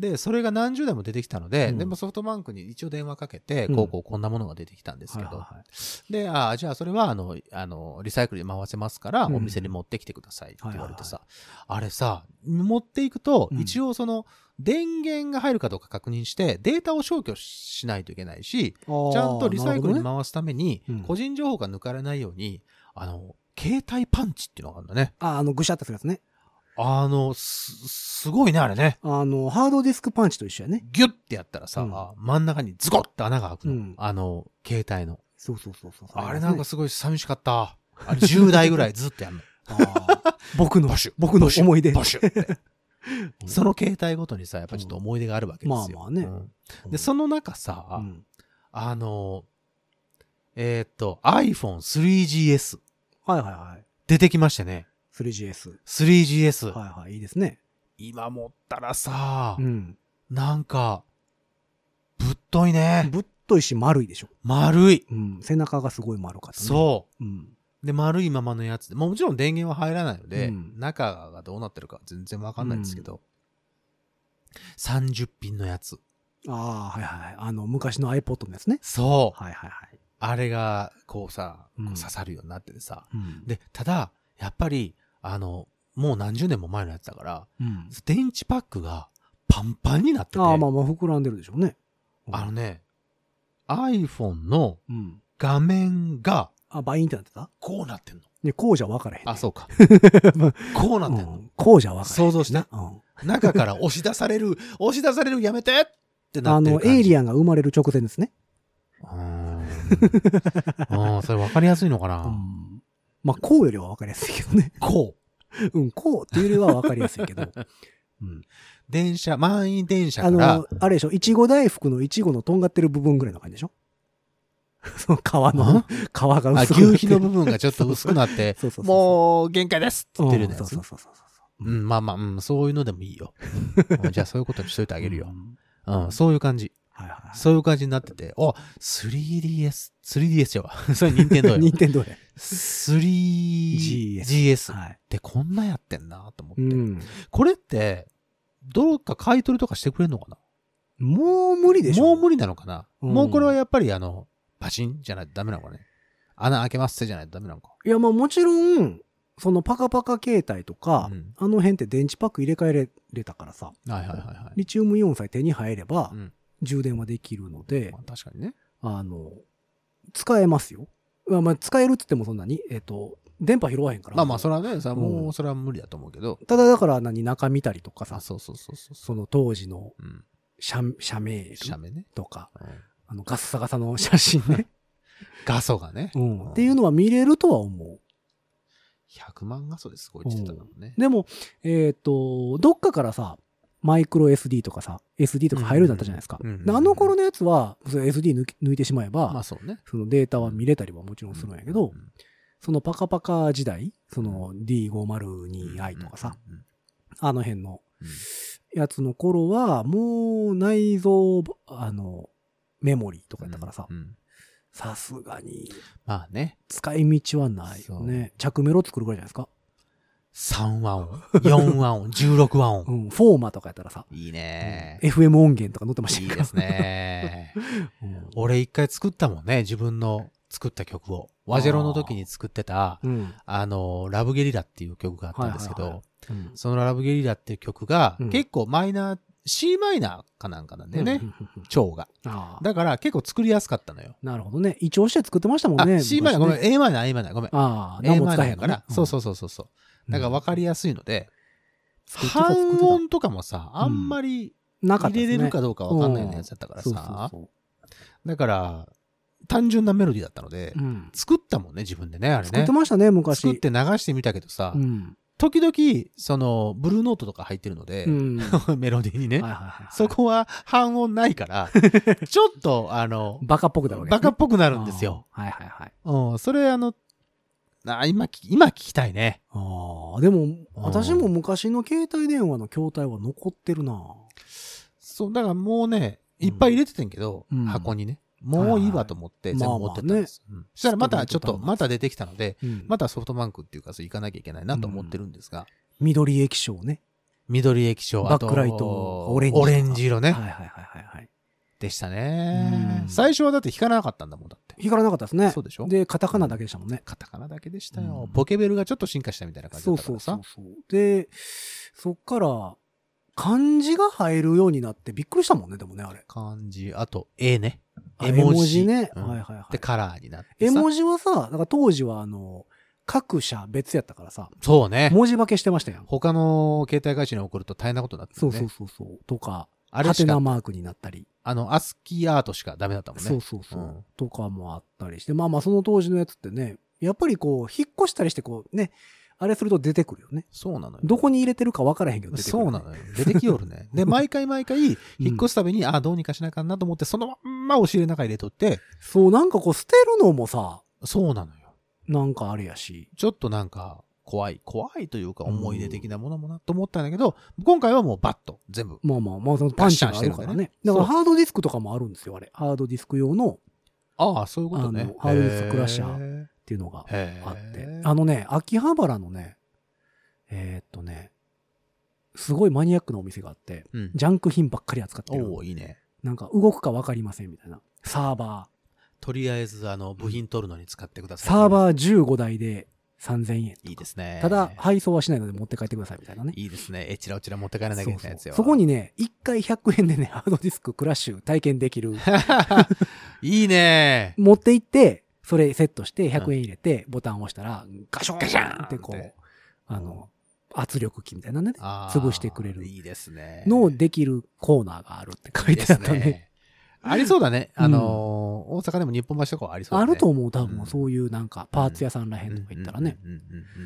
Speaker 3: でそれが何十台も出てきたので、
Speaker 2: うん
Speaker 3: でもソフトバンクに一応電話かけて、
Speaker 2: うん
Speaker 3: こうこうこんなものが出てきたんです
Speaker 2: はい
Speaker 3: け
Speaker 2: はい
Speaker 3: ど、
Speaker 2: はい
Speaker 3: であーじゃあそれはあのあのリサイクルに回せますから、
Speaker 2: うん
Speaker 3: お店に持ってきてくださいって言われてさ、あれさ持っていくと、
Speaker 2: うん
Speaker 3: 一応その電源が入るかどうか確認してデータを消去しないといけないし
Speaker 2: あー
Speaker 3: ちゃんとリサイクルに
Speaker 2: なる
Speaker 3: 回すために、
Speaker 2: うん
Speaker 3: 個人情報が抜かれないようにあの携帯パンチっていうのがあるんだね
Speaker 2: ほどねああ、あの、ぐしゃってするやつね。
Speaker 3: あの、す、すごいね、あれね。
Speaker 2: あの、ハードディスクパンチと一緒やね。
Speaker 3: ギュッてやったらさ、
Speaker 2: うん
Speaker 3: 真ん中にズコッて穴が開くの。
Speaker 2: うん
Speaker 3: あの、携帯の。
Speaker 2: そうそうそうそう。
Speaker 3: あれなんかすごい寂しかった。あれ10台ぐらいずっとやんの。
Speaker 2: あー、僕の
Speaker 3: *laughs* バシュ、
Speaker 2: 僕の
Speaker 3: バシュ
Speaker 2: 思い出
Speaker 3: バシュって。
Speaker 2: うん
Speaker 3: その携帯ごとにさ、やっぱちょっと思い出があるわけですよ。
Speaker 2: まあまあね
Speaker 3: *laughs* うんで、その中さ、
Speaker 2: うん
Speaker 3: あの、えーっと、iPhone3GS
Speaker 2: はいはいはい。
Speaker 3: 出てきましたね。
Speaker 2: 3GS。
Speaker 3: 3GS。
Speaker 2: はいはい、いいですね。
Speaker 3: 今持ったらさ、
Speaker 2: うん。
Speaker 3: なんか、ぶっといね。
Speaker 2: ぶっといし丸いでしょ。
Speaker 3: 丸い。
Speaker 2: うん。背中がすごい丸かったね。
Speaker 3: そう。
Speaker 2: う。うん。
Speaker 3: で、丸いままのやつで、もうもちろん電源は入らないので、
Speaker 2: うん
Speaker 3: 中がどうなってるか全然わかんないんですけど、30ピンのやつ。
Speaker 2: ああ、はいはいはい。あの、昔の iPod のやつね。
Speaker 3: そう。
Speaker 2: はいはいはい。
Speaker 3: あれが、こうさ、こう
Speaker 2: うん
Speaker 3: 刺さるようになっててさ。
Speaker 2: うん。
Speaker 3: で、ただ、やっぱり、あの、もう何十年も前のやつだから、
Speaker 2: うん。
Speaker 3: 電池パックがパンパンになってて、
Speaker 2: ああ、まあまあ、膨らんでるでしょうね。うん
Speaker 3: あのね、iPhone の
Speaker 2: うん。
Speaker 3: 画面が
Speaker 2: あ、バインってなってた
Speaker 3: こうなってんの。
Speaker 2: ね、こうじゃ分からへん。
Speaker 3: あ、そうか。
Speaker 2: まあ
Speaker 3: こうな
Speaker 2: *laughs* う
Speaker 3: ってんの。
Speaker 2: ん、こうじゃ分からへん。
Speaker 3: 想像して
Speaker 2: な。うん。
Speaker 3: 中から押し出される、押し出される、やめてってな
Speaker 2: あ
Speaker 3: ってる
Speaker 2: の、
Speaker 3: 感じ。
Speaker 2: エイリ
Speaker 3: アン。
Speaker 2: アンが生まれる直前ですね。
Speaker 3: ああ、それ分かりやすいのかな、
Speaker 2: うん。まあ、こうよりは分かりやすいけどね。 *laughs*
Speaker 3: こう。
Speaker 2: うん、こうっていうよりは分かりやすい
Speaker 3: *laughs*
Speaker 2: けど。うん。
Speaker 3: 電車、満員電車か
Speaker 2: あ
Speaker 3: ら、
Speaker 2: の、あれでしょ、いちご大福のいちごのとんがってる部分ぐらいの感じでしょ *laughs* その皮の
Speaker 3: ん、
Speaker 2: 皮が
Speaker 3: あ
Speaker 2: 薄くなってる。
Speaker 3: 牛皮の部分がちょっと薄くなって、
Speaker 2: そうそうそうそう
Speaker 3: もう限界ですって言ってるようなや
Speaker 2: うん
Speaker 3: つ
Speaker 2: そう。そうそうそうそう。
Speaker 3: うん、まあまあ、うん、そういうのでもいい
Speaker 2: *laughs*
Speaker 3: よ。うんじゃあそういうことにしといてあげる
Speaker 2: う
Speaker 3: よ。
Speaker 2: ん
Speaker 3: うん、そういう感じ。
Speaker 2: はいはい。
Speaker 3: そういう感じになってて、お、3DS、3DS よ。 *laughs* それ任天堂よ
Speaker 2: 任。天堂で。
Speaker 3: 3GS。GS っ
Speaker 2: はい。
Speaker 3: てこんなやってんなと思って。
Speaker 2: うん。
Speaker 3: これって、どうか買い取りとかしてくれるのかな
Speaker 2: もう無理でしょ
Speaker 3: もう無理なのかな、
Speaker 2: うん
Speaker 3: もうこれはやっぱりあの、パチンじゃないとダメなのかね穴開けますってじゃないとダメなのか。
Speaker 2: いや、まあもちろん、そのパカパカ携帯とか、
Speaker 3: うん
Speaker 2: あの辺って電池パック入れ替えれれたからさ、
Speaker 3: はいはいはいはい。
Speaker 2: リチウムイオンさえ手に入れば
Speaker 3: う、ん。
Speaker 2: 充電はできるので
Speaker 3: ま、あ確かにね。
Speaker 2: あの、使えますよ。まあまあ使えるっつってもそんなに、えっ、と、電波拾わへんから。
Speaker 3: まあまあ、それはね、さも
Speaker 2: う
Speaker 3: うんそれは無理だと思うけど。
Speaker 2: ただだから何、中見たりとかさ
Speaker 3: あ、、そうそうそうそうそ
Speaker 2: その当時の
Speaker 3: う。うん。
Speaker 2: 社社メー
Speaker 3: 写
Speaker 2: ル
Speaker 3: メね。
Speaker 2: とか、
Speaker 3: うん
Speaker 2: あのガッサガサの写真
Speaker 3: *laughs*
Speaker 2: ね、
Speaker 3: 画素がね。
Speaker 2: うんっていうのは見れるとは思
Speaker 3: 100万画素ですごいって言ってたのね
Speaker 2: う。。でも、えっ、と、どっかからさ、マイクロ SD とかさ、SD とか入るようになったじゃないですか。
Speaker 3: うんうんうんうん
Speaker 2: であの頃のやつは、それ SD 抜き抜いてしまえば、
Speaker 3: まあそうね。
Speaker 2: そのデータは見れたりはもちろんするんやけど、
Speaker 3: うん
Speaker 2: そのパカパカ時代、その D502i とかさ、。
Speaker 3: うんうん
Speaker 2: あの辺の
Speaker 3: うん
Speaker 2: やつの頃は、もう内蔵、あの、メモリーとかやったからさ
Speaker 3: う、ん
Speaker 2: さすがに
Speaker 3: まあね、
Speaker 2: 使い道はないよね。着メロ作るぐらいじゃないですか。
Speaker 3: 3和音、4和
Speaker 2: *laughs*
Speaker 3: 音、16和
Speaker 2: う
Speaker 3: 音。
Speaker 2: ん、フォーマとかやったらさ、
Speaker 3: いいね。
Speaker 2: FM 音源とか載ってました
Speaker 3: い
Speaker 2: よ
Speaker 3: いで
Speaker 2: *laughs*
Speaker 3: すね。
Speaker 2: うん
Speaker 3: 俺一回作ったもんね、自分の作った曲を。ワジェロの時に作ってた、あ
Speaker 2: うん。
Speaker 3: の、ラブゲリラっていう曲があったんですけど、
Speaker 2: はいはいうん
Speaker 3: そのラブゲリラっていう曲が、
Speaker 2: うん
Speaker 3: 結構マイナー、C マイナーかなんかなんだよね、
Speaker 2: うんうんうんうん
Speaker 3: 蝶が。
Speaker 2: ああ。
Speaker 3: だから結構作りやすかったのよ。
Speaker 2: なるほどね。一応して作ってましたも
Speaker 3: あ、
Speaker 2: んね。
Speaker 3: C マイナー、ごめん、
Speaker 2: ん。
Speaker 3: A マイナー、A マイナー、ごめん。
Speaker 2: ああ、
Speaker 3: A
Speaker 2: 何も
Speaker 3: マイナ
Speaker 2: 使え
Speaker 3: ー
Speaker 2: へん
Speaker 3: やか
Speaker 2: からら。、
Speaker 3: そうそううそうそうそう。
Speaker 2: ん。
Speaker 3: だから分かりやすいので、
Speaker 2: 作ってた作って
Speaker 3: 半
Speaker 2: た
Speaker 3: 音とかもさ、あんまり
Speaker 2: なかった
Speaker 3: 入
Speaker 2: ですね。
Speaker 3: れれるかどうか分かんないようなやつだったから
Speaker 2: そうそう
Speaker 3: さ、
Speaker 2: そう。
Speaker 3: だから、単純なメロディーだったので、
Speaker 2: うん
Speaker 3: 作ったもんね、自分でね、あれ
Speaker 2: 作っ
Speaker 3: ね
Speaker 2: て。ましたね、昔。
Speaker 3: 作って流してみたけどさ、
Speaker 2: うん。
Speaker 3: 時々、その、ブルーノートとか入ってるので
Speaker 2: う、
Speaker 3: *laughs*
Speaker 2: ん。は
Speaker 3: メロディーに
Speaker 2: い
Speaker 3: ね
Speaker 2: はい。はい。
Speaker 3: そこは半音な
Speaker 2: *laughs*
Speaker 3: いから、ちょっと、あの、
Speaker 2: バカっぽくなるわけ
Speaker 3: バカっぽくな
Speaker 2: ぽ
Speaker 3: るんですよ。。
Speaker 2: はいはいはい。
Speaker 3: うん、それあの、あ今聞き、今聞きたいね。
Speaker 2: ああ、でも、
Speaker 3: あー
Speaker 2: 私も昔の携帯電話の筐体は残ってるな。
Speaker 3: そう、だからもうね、
Speaker 2: うん
Speaker 3: いっぱい入れててんけど、
Speaker 2: うん
Speaker 3: 箱にね。もういいわと思って
Speaker 2: はい
Speaker 3: 全
Speaker 2: はい
Speaker 3: 部持ってったんです。うんそしたらまたちょ
Speaker 2: ソ
Speaker 3: っ
Speaker 2: フト
Speaker 3: と、
Speaker 2: バンク
Speaker 3: また出てきたので、
Speaker 2: うん
Speaker 3: またソフトバンクっていうか、そう行かなきゃいけないなと思ってるんですが、
Speaker 2: 緑液晶ね。
Speaker 3: 緑液晶、
Speaker 2: バ
Speaker 3: あと
Speaker 2: ックライト、オレンジとか。
Speaker 3: オレンジ色ね。
Speaker 2: はいはいはいはいはい。
Speaker 3: でしたね
Speaker 2: う。ん
Speaker 3: 最初はだって光らなかったんだもん、だって。
Speaker 2: 光らなかったですね。
Speaker 3: そうでしょ
Speaker 2: で、カタカナだけでしたもんね。
Speaker 3: カタカナだけでしたよ。
Speaker 2: うん
Speaker 3: ポケベルがちょっと進化したみたいな感じだ
Speaker 2: そう
Speaker 3: ったか
Speaker 2: そ
Speaker 3: ら
Speaker 2: う
Speaker 3: さ。
Speaker 2: そうそう。で、そっから、漢字が入るようになってびっくりしたもんね、でもね、あれ。
Speaker 3: 漢字、あと絵ね。
Speaker 2: あ
Speaker 3: 絵文字
Speaker 2: ね。
Speaker 3: うん
Speaker 2: はいはいはい
Speaker 3: で、。カラーになって
Speaker 2: 絵
Speaker 3: さ。
Speaker 2: 文字はさ、だから当時はあの、各社別やったからさ、
Speaker 3: そうね。
Speaker 2: 文字化けしてましたやん。
Speaker 3: 他の携帯会社に送ると大変なことになってるね。
Speaker 2: そうそうそうそう。とか、
Speaker 3: あれ
Speaker 2: ハ
Speaker 3: し
Speaker 2: テナ
Speaker 3: か、
Speaker 2: マークになったり。
Speaker 3: あの、アスキーアートしかダメだったもんね。
Speaker 2: そうそうそう、
Speaker 3: うん
Speaker 2: とかもあったりして、まあまあその当時のやつってね、やっぱりこう、引っ越したりしてこうね、あれすると出てくるよね。
Speaker 3: そうなのよ。
Speaker 2: どこに入れてるか分からへんけど出てくる、
Speaker 3: そうなのよ。出てきよる *laughs* ね。で、毎回毎回、引っ越すたびに、あどうにかしなあかんなと思って、そのまんま押し入れの中に入れとって、
Speaker 2: そう、なんかこう捨てるのもさ、
Speaker 3: そうなのよ。
Speaker 2: なんかあれやし。
Speaker 3: ちょっとなんか、怖い、怖いというか、思い出的なものもなと思ったんだけど、今回はもうバッと、全部。
Speaker 2: まあまあまあ、そのパンチがあるからね。だから
Speaker 3: そう
Speaker 2: ハードディスクとかもあるんですよ、あれ。ハードディスク用のっ
Speaker 3: ああ、そういうこと
Speaker 2: あ
Speaker 3: ね
Speaker 2: の。ハードディスククラッシャ
Speaker 3: ー。
Speaker 2: ていうのが
Speaker 3: へ
Speaker 2: あって
Speaker 3: ー。
Speaker 2: あのね、秋葉原のね、えーっとね、すごいマニアックなお店があって、
Speaker 3: うん。
Speaker 2: ジャンク品ばっかり扱ってる
Speaker 3: お。おいいね。
Speaker 2: なんか動くか分かりませんみたいな。サーバー。
Speaker 3: とりあえず、あの、部品取るのに使ってください。
Speaker 2: サーバー15台で3000円。
Speaker 3: いいですね。
Speaker 2: ただ、配送はしないので持って帰ってくださいみたいなね。
Speaker 3: いいですね。えちらおちら持って帰らなきゃいけないや
Speaker 2: そう
Speaker 3: つ
Speaker 2: そ
Speaker 3: よ。
Speaker 2: うそこ。にね、1回100円でね、 *laughs* ハードディスククラッシュ体験できる。
Speaker 3: *laughs* いいね。
Speaker 2: 持って行って、それセットして100円入れて、ボタンを押したら、ガションガシャンってこ
Speaker 3: ガシャン
Speaker 2: う、あの、圧力機みたいなのね、
Speaker 3: あー
Speaker 2: 潰してくれる
Speaker 3: いいですね。
Speaker 2: のをできるコーナーがあるって書
Speaker 3: いい
Speaker 2: い
Speaker 3: で
Speaker 2: てあ
Speaker 3: す
Speaker 2: ったね。。
Speaker 3: ありそうだね。あのー大阪でも日本橋とかはありそうだ
Speaker 2: あ
Speaker 3: ね。
Speaker 2: ると思う、多分、
Speaker 3: うん
Speaker 2: そういうなんか、パーツ屋さんらへんとか行ったらね。
Speaker 3: うんうんうんう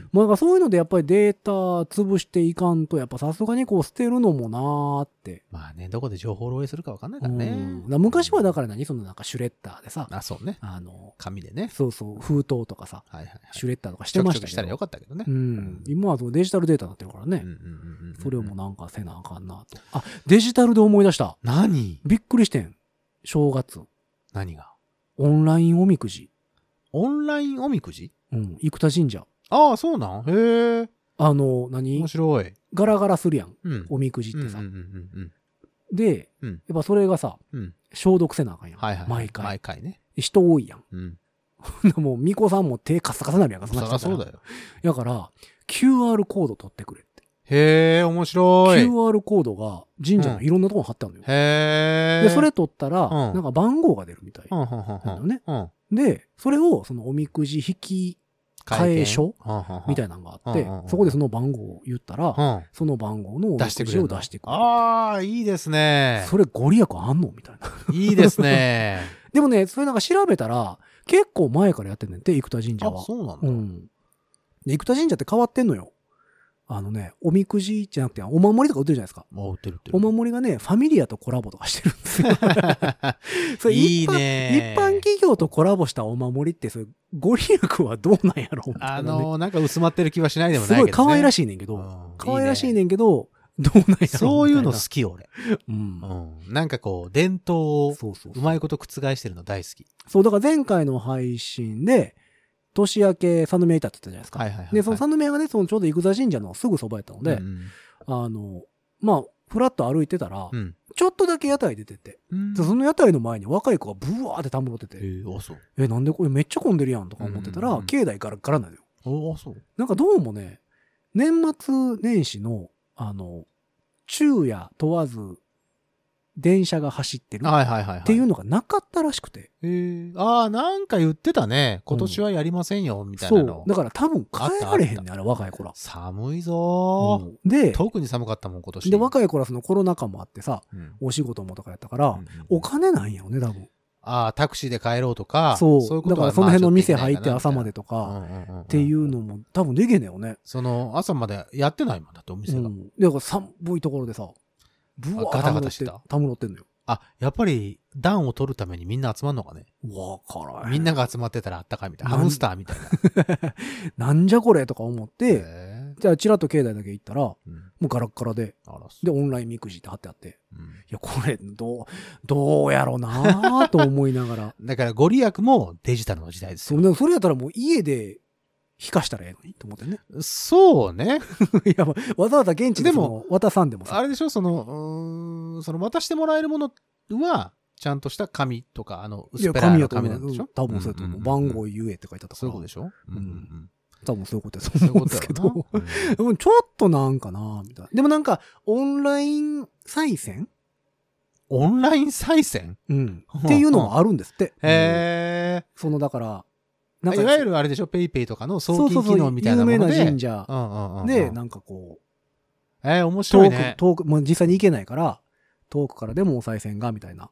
Speaker 3: ん。
Speaker 2: まあ、だからそういうのでやっぱりデータ潰していかんと、やっぱさすがにこう捨てるのもなーって。
Speaker 3: まあね、どこで情報漏洩するかわかんないか
Speaker 2: う
Speaker 3: らね。
Speaker 2: んだから昔はだから何そのなんかシュレッダーでさ、
Speaker 3: あ、そうね。
Speaker 2: あの、
Speaker 3: 紙でね。
Speaker 2: そうそう、封筒とかさ、
Speaker 3: はいはいはい。
Speaker 2: シュレッダーとかしてまし
Speaker 3: ちょ
Speaker 2: た
Speaker 3: くちょく
Speaker 2: け
Speaker 3: したら
Speaker 2: ど
Speaker 3: よ。かったけどね
Speaker 2: う。ん、今はそのデジタルデータになってるからね、
Speaker 3: うんうんうんうん
Speaker 2: それをもうなんかせなあかんなと。あ、デジタルで思い出した。
Speaker 3: 何
Speaker 2: びっくりしてん。正月。
Speaker 3: 何が
Speaker 2: オンラインおみくじ。
Speaker 3: オンラインおみくじ
Speaker 2: うん。生田神社。
Speaker 3: ああ、そうなんへえ。
Speaker 2: あの、何
Speaker 3: 面白い。
Speaker 2: ガラガラするやん。
Speaker 3: うん。
Speaker 2: おみくじってさ。
Speaker 3: うんうんうんうん
Speaker 2: で、
Speaker 3: うん
Speaker 2: やっぱそれがさ、
Speaker 3: うん。うん。
Speaker 2: 消毒せなあかんやん。
Speaker 3: はいはい。
Speaker 2: 毎回。
Speaker 3: 毎回ね。
Speaker 2: 人多いやん。 *laughs*
Speaker 3: うん。
Speaker 2: ほんならもう、巫女さんも手カッサカサなるやんか、
Speaker 3: そりゃそうだ
Speaker 2: よ。だ
Speaker 3: よ。
Speaker 2: から、QR コード取ってくれって。
Speaker 3: へえ、面白い。
Speaker 2: QR コードが神社のいろんなとこに貼ってあるのよ。
Speaker 3: へえ。
Speaker 2: で、それ取ったら、
Speaker 3: うん
Speaker 2: なんか番号が出るみたい。
Speaker 3: うん、うん、うん、
Speaker 2: だよ
Speaker 3: うん。
Speaker 2: ね
Speaker 3: うん。
Speaker 2: で、それを、そのおみくじ引き替え書みた
Speaker 3: い
Speaker 2: いなのがあって、
Speaker 3: うんうんうん
Speaker 2: そこでその番号を言ったら、
Speaker 3: な。うん。
Speaker 2: その番号のおみ
Speaker 3: 出して
Speaker 2: く
Speaker 3: くれ
Speaker 2: じ
Speaker 3: る
Speaker 2: を
Speaker 3: の。
Speaker 2: 出してくれる。
Speaker 3: ああ、いいですね。
Speaker 2: それご利益あんのみたいな。
Speaker 3: いいです *laughs* ね。
Speaker 2: でもね、それなんか調べたら、結構前からやってんねんて、生田神社
Speaker 3: あ、
Speaker 2: は。
Speaker 3: そうなん
Speaker 2: う
Speaker 3: だ。
Speaker 2: ん。で、生田神社って変わってんのよ。あのね、おみくじじゃなくて、お守りとか売ってるじゃないですか。
Speaker 3: もう売ってる売ってる。
Speaker 2: お守りがね、ファミリアとコラボとかしてるん
Speaker 3: *laughs*
Speaker 2: ですよ。それ
Speaker 3: いい
Speaker 2: 一般
Speaker 3: ね
Speaker 2: 一般企業とコラボしたお守りって、それ、ご利益はどうなんやろうみた
Speaker 3: あ
Speaker 2: いなね、
Speaker 3: のー、なんか薄まってる気はしないでも
Speaker 2: す
Speaker 3: ない
Speaker 2: ごい
Speaker 3: けど。
Speaker 2: 可愛ら
Speaker 3: しい
Speaker 2: しいねんけ
Speaker 3: け
Speaker 2: ど、可愛らしいねんけど、どうなんやろみたいな
Speaker 3: そういうの好き、俺。
Speaker 2: うん
Speaker 3: う。ん。なんかこう、伝統を
Speaker 2: そうそう
Speaker 3: う
Speaker 2: そう。
Speaker 3: まいこと覆してるの大好き。
Speaker 2: そう、だから前回の配信で、年明け、サヌメいたって言ったじゃないですか。
Speaker 3: はいはいはい。
Speaker 2: で、そのサヌメがね、そのちょうど生田神社のすぐそばやったので、
Speaker 3: うん
Speaker 2: あの、まあ、ふらっと歩いてたら、
Speaker 3: うん。
Speaker 2: ちょっとだけ屋台出てて、
Speaker 3: うん
Speaker 2: でその屋台の前に若い子がブワーってたむろってて、
Speaker 3: えー、あ、そう。
Speaker 2: え、なんでこれめっちゃ混んでるやんとか思ってたら、
Speaker 3: うんうんうん
Speaker 2: 境内ガラッガラなのよ。
Speaker 3: あ、そう。
Speaker 2: なんかどうもね、年末年始の、あの、昼夜問わず、電車が走ってるっ
Speaker 3: はいはいはいはい。
Speaker 2: ていうのがなかったらしくて。
Speaker 3: えー、ああ、なんか言ってたね。今年はやりませんよ、みたい
Speaker 2: そ
Speaker 3: な
Speaker 2: う
Speaker 3: の。。
Speaker 2: だから多分帰られへんねあれ若い子ら。
Speaker 3: 寒いぞー、
Speaker 2: うんで、
Speaker 3: 特に寒かったもん、今年。
Speaker 2: で、若い子らそのコロナ禍もあってさ、
Speaker 3: うん
Speaker 2: お仕事もとかやったから、
Speaker 3: うん
Speaker 2: お金なんやろね、多分。
Speaker 3: ああ、タクシーで帰ろうとか、
Speaker 2: そう
Speaker 3: いうこと
Speaker 2: だからその辺の店入って朝まで
Speaker 3: と
Speaker 2: とか、
Speaker 3: っ
Speaker 2: っていう。のも多分できへんねよね。
Speaker 3: その、朝までやってないもんだって、お
Speaker 2: う
Speaker 3: 店が。
Speaker 2: ん。だから寒いところでさ、ぶわー
Speaker 3: ガタ
Speaker 2: たむろ
Speaker 3: ガタ
Speaker 2: って
Speaker 3: した
Speaker 2: たむろってんのよ。
Speaker 3: あ、やっぱり、暖を取るためにみんな集まるのかね。
Speaker 2: わからへん。
Speaker 3: みんなが集まってたらあったかいみたいな。
Speaker 2: なん
Speaker 3: ハムスターみたいな。
Speaker 2: なんじゃこれとか思って、
Speaker 3: へえ
Speaker 2: じゃあチラッと境内だけ行ったら、も
Speaker 3: うん
Speaker 2: うガラッガラで、
Speaker 3: あら、そう
Speaker 2: で、オンラインみくじって貼ってあって、
Speaker 3: うん。
Speaker 2: いや、これ、どう、どうやろなーと思いながら *laughs*
Speaker 3: だから、ご利益もデジタルの時代です
Speaker 2: そ
Speaker 3: よ。
Speaker 2: うでもそれやったらもう家で引かしたらええのにと思って
Speaker 3: *laughs*
Speaker 2: ね。
Speaker 3: そうね。
Speaker 2: いや、まあわざわざ現地で
Speaker 3: でも
Speaker 2: も渡さんでもさ。
Speaker 3: *laughs* あれでしょその、うーん、その渡してもらえるものは、ちゃんとした紙とか、あの、
Speaker 2: い
Speaker 3: 薄
Speaker 2: や、
Speaker 3: っぺらい
Speaker 2: 紙や
Speaker 3: の
Speaker 2: と思
Speaker 3: 紙
Speaker 2: う
Speaker 3: なんでしょ
Speaker 2: うん多分そうやと思う。
Speaker 3: んんん
Speaker 2: 番号言えって書いてあったから。
Speaker 3: そういうことでしょうんんうん
Speaker 2: 多分そういうことや
Speaker 3: うん。
Speaker 2: と
Speaker 3: そういう
Speaker 2: 思うんで
Speaker 3: こと
Speaker 2: す
Speaker 3: だ
Speaker 2: け
Speaker 3: よ
Speaker 2: ど。でもちょっとなんかなみたいな。でもなんか、オンライン再選
Speaker 3: な。オンライン再選
Speaker 2: うん
Speaker 3: うん。
Speaker 2: っていうのもあるんですって。
Speaker 3: へえ。
Speaker 2: その、だから、
Speaker 3: い
Speaker 2: な
Speaker 3: わゆるあれでしょペイペイとかの送金機能みたいな
Speaker 2: 有
Speaker 3: も
Speaker 2: 名
Speaker 3: の
Speaker 2: な
Speaker 3: で。
Speaker 2: 神社
Speaker 3: うんうんうん。
Speaker 2: で、なんかこう、
Speaker 3: えー、面白
Speaker 2: 遠
Speaker 3: い
Speaker 2: く、
Speaker 3: ね。
Speaker 2: 遠く、もう実際に行けないから、遠くからでもお賽銭が、みたいな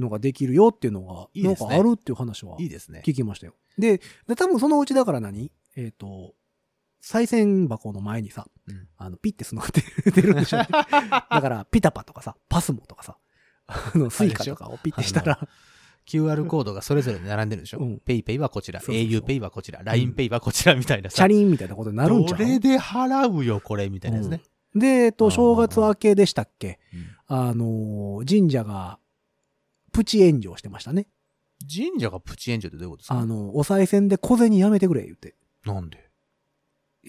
Speaker 2: のができるよっていうのが、
Speaker 3: いいですね
Speaker 2: なんかあるっていう話はい
Speaker 3: いですね。
Speaker 2: 聞きましたよ。で、で多分そのうちだから何えっ、と、賽銭箱の前にさ、
Speaker 3: うん
Speaker 2: あの、ピッて *laughs* すのが出出るんでし
Speaker 3: *laughs*
Speaker 2: ょ、ね、だから、ピタパとかさ、パスモとかさ、あの、スイカとかをピッてしたら、
Speaker 3: QR コードがそれぞれ並んでるでしょ
Speaker 2: うん
Speaker 3: ペイペイはこちら、
Speaker 2: そうそうそう
Speaker 3: au ペイはこちら、LINE ペイはこちらみたいな
Speaker 2: チ
Speaker 3: さ
Speaker 2: ャ。リンみたいなことになるんち
Speaker 3: ど
Speaker 2: ゃう
Speaker 3: れで払うよ、これ、みたいなやつね。
Speaker 2: うんで、えっ
Speaker 3: あ
Speaker 2: と、
Speaker 3: ー
Speaker 2: 正月明けでしたっけ
Speaker 3: うん
Speaker 2: あのー、神社が、プチ炎上してましたね。
Speaker 3: 神社がプチ炎上ってどういうことです
Speaker 2: あ
Speaker 3: か
Speaker 2: の、お賽銭で小銭やめてくれ、言って。
Speaker 3: なんで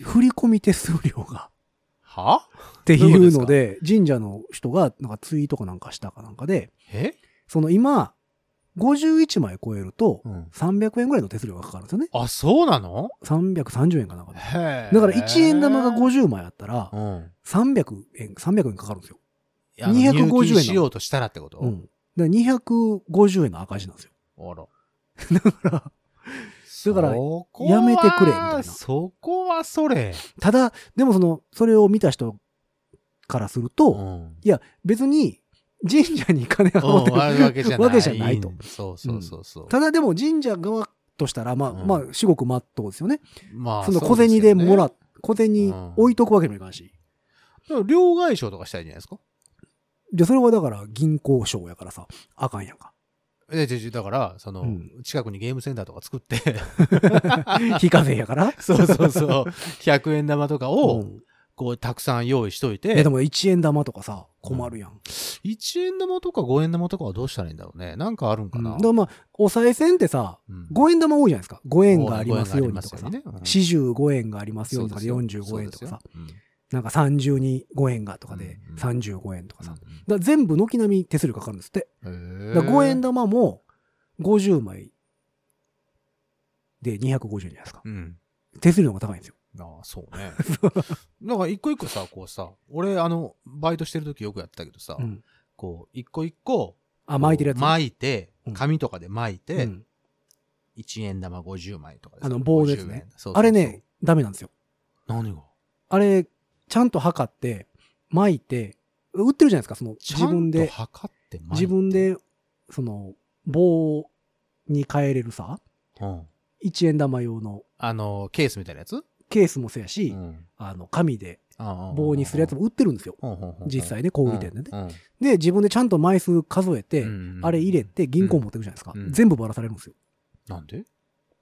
Speaker 2: 振り込み手数料が。
Speaker 3: は
Speaker 2: ってい
Speaker 3: どういううこ
Speaker 2: の
Speaker 3: と
Speaker 2: で、神社の人が、なんかツイートかなんかしたかなんかで、
Speaker 3: え
Speaker 2: その今、51枚超えると、
Speaker 3: うん。
Speaker 2: 300円ぐらいの手数料がかかるんですよね。
Speaker 3: あ、そうなの
Speaker 2: 330円かなんかで。
Speaker 3: へえ。
Speaker 2: だから1円玉が50枚あったら
Speaker 3: う、ん。
Speaker 2: 300円、300円かかるんですよ。
Speaker 3: あの
Speaker 2: 250円なの
Speaker 3: 入金しようとしたらってこと
Speaker 2: うん。だから250円の赤字なんですよ。*laughs*
Speaker 3: あら。
Speaker 2: だから
Speaker 3: そこは
Speaker 2: やめてくれみたいな
Speaker 3: そこはそれ。
Speaker 2: ただ、でもその、それを見た人からすると、
Speaker 3: うん。
Speaker 2: いや、別に神社に金が持って
Speaker 3: うんあるわけじゃない。
Speaker 2: わけじゃないと
Speaker 3: うんそうそうそうそう。
Speaker 2: ただでも神社側としたら、まあ、
Speaker 3: うん
Speaker 2: まあ、至極真っ当ですよね。
Speaker 3: まあ、
Speaker 2: その小銭でもら
Speaker 3: っ
Speaker 2: っ、小銭置いとくわけにもいかんし。
Speaker 3: 両替商とかしたらいいんじゃないですか
Speaker 2: じゃそれはだから銀行商やからさ、あかんやんか。
Speaker 3: え、じゃじゃだから、その、
Speaker 2: うん
Speaker 3: 近くにゲームセンターとか作って、 *laughs*
Speaker 2: 非課税やから。
Speaker 3: そうそ
Speaker 2: *laughs*
Speaker 3: うそう、100円玉とかを、
Speaker 2: うん
Speaker 3: こう、たくさん用意しとい
Speaker 2: いや
Speaker 3: て
Speaker 2: で、も1円玉とかさ、困るやん。
Speaker 3: 1円玉とか5円玉とかはどうしたらいいんだろうね。なんかあるんか
Speaker 2: うん
Speaker 3: な。
Speaker 2: だからまあ、お賽銭ってさ、
Speaker 3: うん
Speaker 2: 5円玉多いじゃないですか。5円がありますよう
Speaker 3: ご縁がありま
Speaker 2: に
Speaker 3: す
Speaker 2: とか
Speaker 3: よう
Speaker 2: さ
Speaker 3: に。ねうん
Speaker 2: 45円がありますようにとかで
Speaker 3: そうですよ
Speaker 2: 45円とかさ。。
Speaker 3: そうですよ
Speaker 2: なんか30に5円がとかで
Speaker 3: うんうん
Speaker 2: 35円とかさ。だか
Speaker 3: うん
Speaker 2: ら全部軒並み手数料かかるんですって。
Speaker 3: へ
Speaker 2: だ5円
Speaker 3: だ。
Speaker 2: 玉も50枚で250円じゃないですか。
Speaker 3: うん。
Speaker 2: 手数料の方が高いんですよ。
Speaker 3: ああ、そ
Speaker 2: *laughs*
Speaker 3: うね。なんか一個一個さ、こうさ、俺、あの、バイトしてる時よくやってたけどさ、
Speaker 2: うん
Speaker 3: こう、一個一個、
Speaker 2: あ、巻いてるやつ。
Speaker 3: 巻いて
Speaker 2: う、ん
Speaker 3: 紙とかで巻いうて、
Speaker 2: ん
Speaker 3: 1円玉50枚とかでさ
Speaker 2: あの棒ですね。
Speaker 3: 50円そうそうそう
Speaker 2: あれね、、ダメなんですよ。
Speaker 3: 何が
Speaker 2: あれ、ちゃんと測って、巻いて、売ってるじゃないですか、その、
Speaker 3: ち
Speaker 2: 自
Speaker 3: ゃ
Speaker 2: 分
Speaker 3: んと
Speaker 2: で、
Speaker 3: 測って巻いて
Speaker 2: 自分、で、その、棒に変えれるさ、
Speaker 3: うん
Speaker 2: 1円玉用の
Speaker 3: あの、ケースみたいなやつ
Speaker 2: ケースもそうやし、
Speaker 3: うん
Speaker 2: あの、紙で棒
Speaker 3: 棒
Speaker 2: にするやつも売ってるんですよ。実際ね、小
Speaker 3: こ
Speaker 2: 売店でね。
Speaker 3: ね。
Speaker 2: で、自分でちゃんと枚数数えて、
Speaker 3: うん
Speaker 2: あれ入れて銀行持ってくじゃないですか。
Speaker 3: うん
Speaker 2: 全部ばらされるんですよ。
Speaker 3: なんで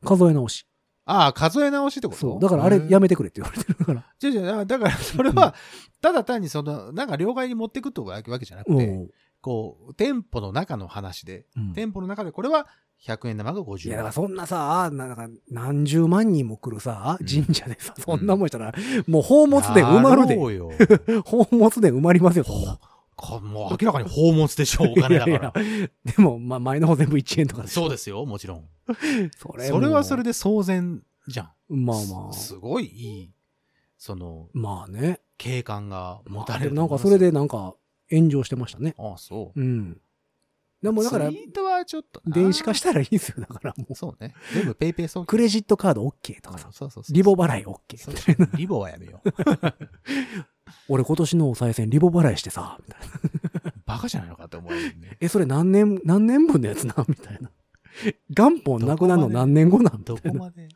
Speaker 2: 数え直し。
Speaker 3: ああ、数え直しってこと
Speaker 2: そう。だからあれ
Speaker 3: うん
Speaker 2: やめてくれって言われてる
Speaker 3: *laughs*
Speaker 2: から。
Speaker 3: じゃじゃだからそれは、ただ単にその、なんか両替に持ってくってわけじゃなく
Speaker 2: う
Speaker 3: て、
Speaker 2: ん。
Speaker 3: こう、店舗の中の話で、
Speaker 2: うん
Speaker 3: 店舗の中でこれは100円玉が50
Speaker 2: い
Speaker 3: 円。
Speaker 2: やだからそんなさ、ななんか何十万人も来るさ、
Speaker 3: うん
Speaker 2: 神社でさ、そんなもんしたら、もう宝物で埋まるで
Speaker 3: だ。ろうよ
Speaker 2: 宝物で埋まりますよ、そんな
Speaker 3: ほかもう明らかに宝物でしょ、お金だか
Speaker 2: い
Speaker 3: ら。
Speaker 2: やいやでも、まあ、前の方全部1円とかでしょ
Speaker 3: そうですよ、もちろん。
Speaker 2: そ
Speaker 3: それはそれ
Speaker 2: で。
Speaker 3: で騒然じゃん。
Speaker 2: まあますあ。
Speaker 3: すごいいい、その、
Speaker 2: まあね。
Speaker 3: 景観が持
Speaker 2: ま
Speaker 3: た
Speaker 2: あ、
Speaker 3: れ
Speaker 2: でも
Speaker 3: ると
Speaker 2: なんか
Speaker 3: 思います
Speaker 2: そ
Speaker 3: よ。
Speaker 2: れでなんか炎上してましたね。
Speaker 3: ああ、そう。
Speaker 2: うん。でもだから
Speaker 3: ツ、イートはちょっとな。
Speaker 2: 電子化したらいいですよ。だからもう、
Speaker 3: そうね。全部ペイペイ送
Speaker 2: クレジットカード OK と
Speaker 3: と
Speaker 2: か
Speaker 3: か
Speaker 2: さ
Speaker 3: さ。、そうそうそう。
Speaker 2: リボ払い OK み
Speaker 3: そう
Speaker 2: たいな。
Speaker 3: リボはやめよう。
Speaker 2: 俺今年のお賽銭リボ払いしてさ、みたいな。。
Speaker 3: バカじゃないのかって思うよね
Speaker 2: *laughs* え、それ何年、何年分のやつな *laughs* みたいな。元本なくなるの何年後なん
Speaker 3: ど
Speaker 2: みた
Speaker 3: こ
Speaker 2: いな。い
Speaker 3: まで。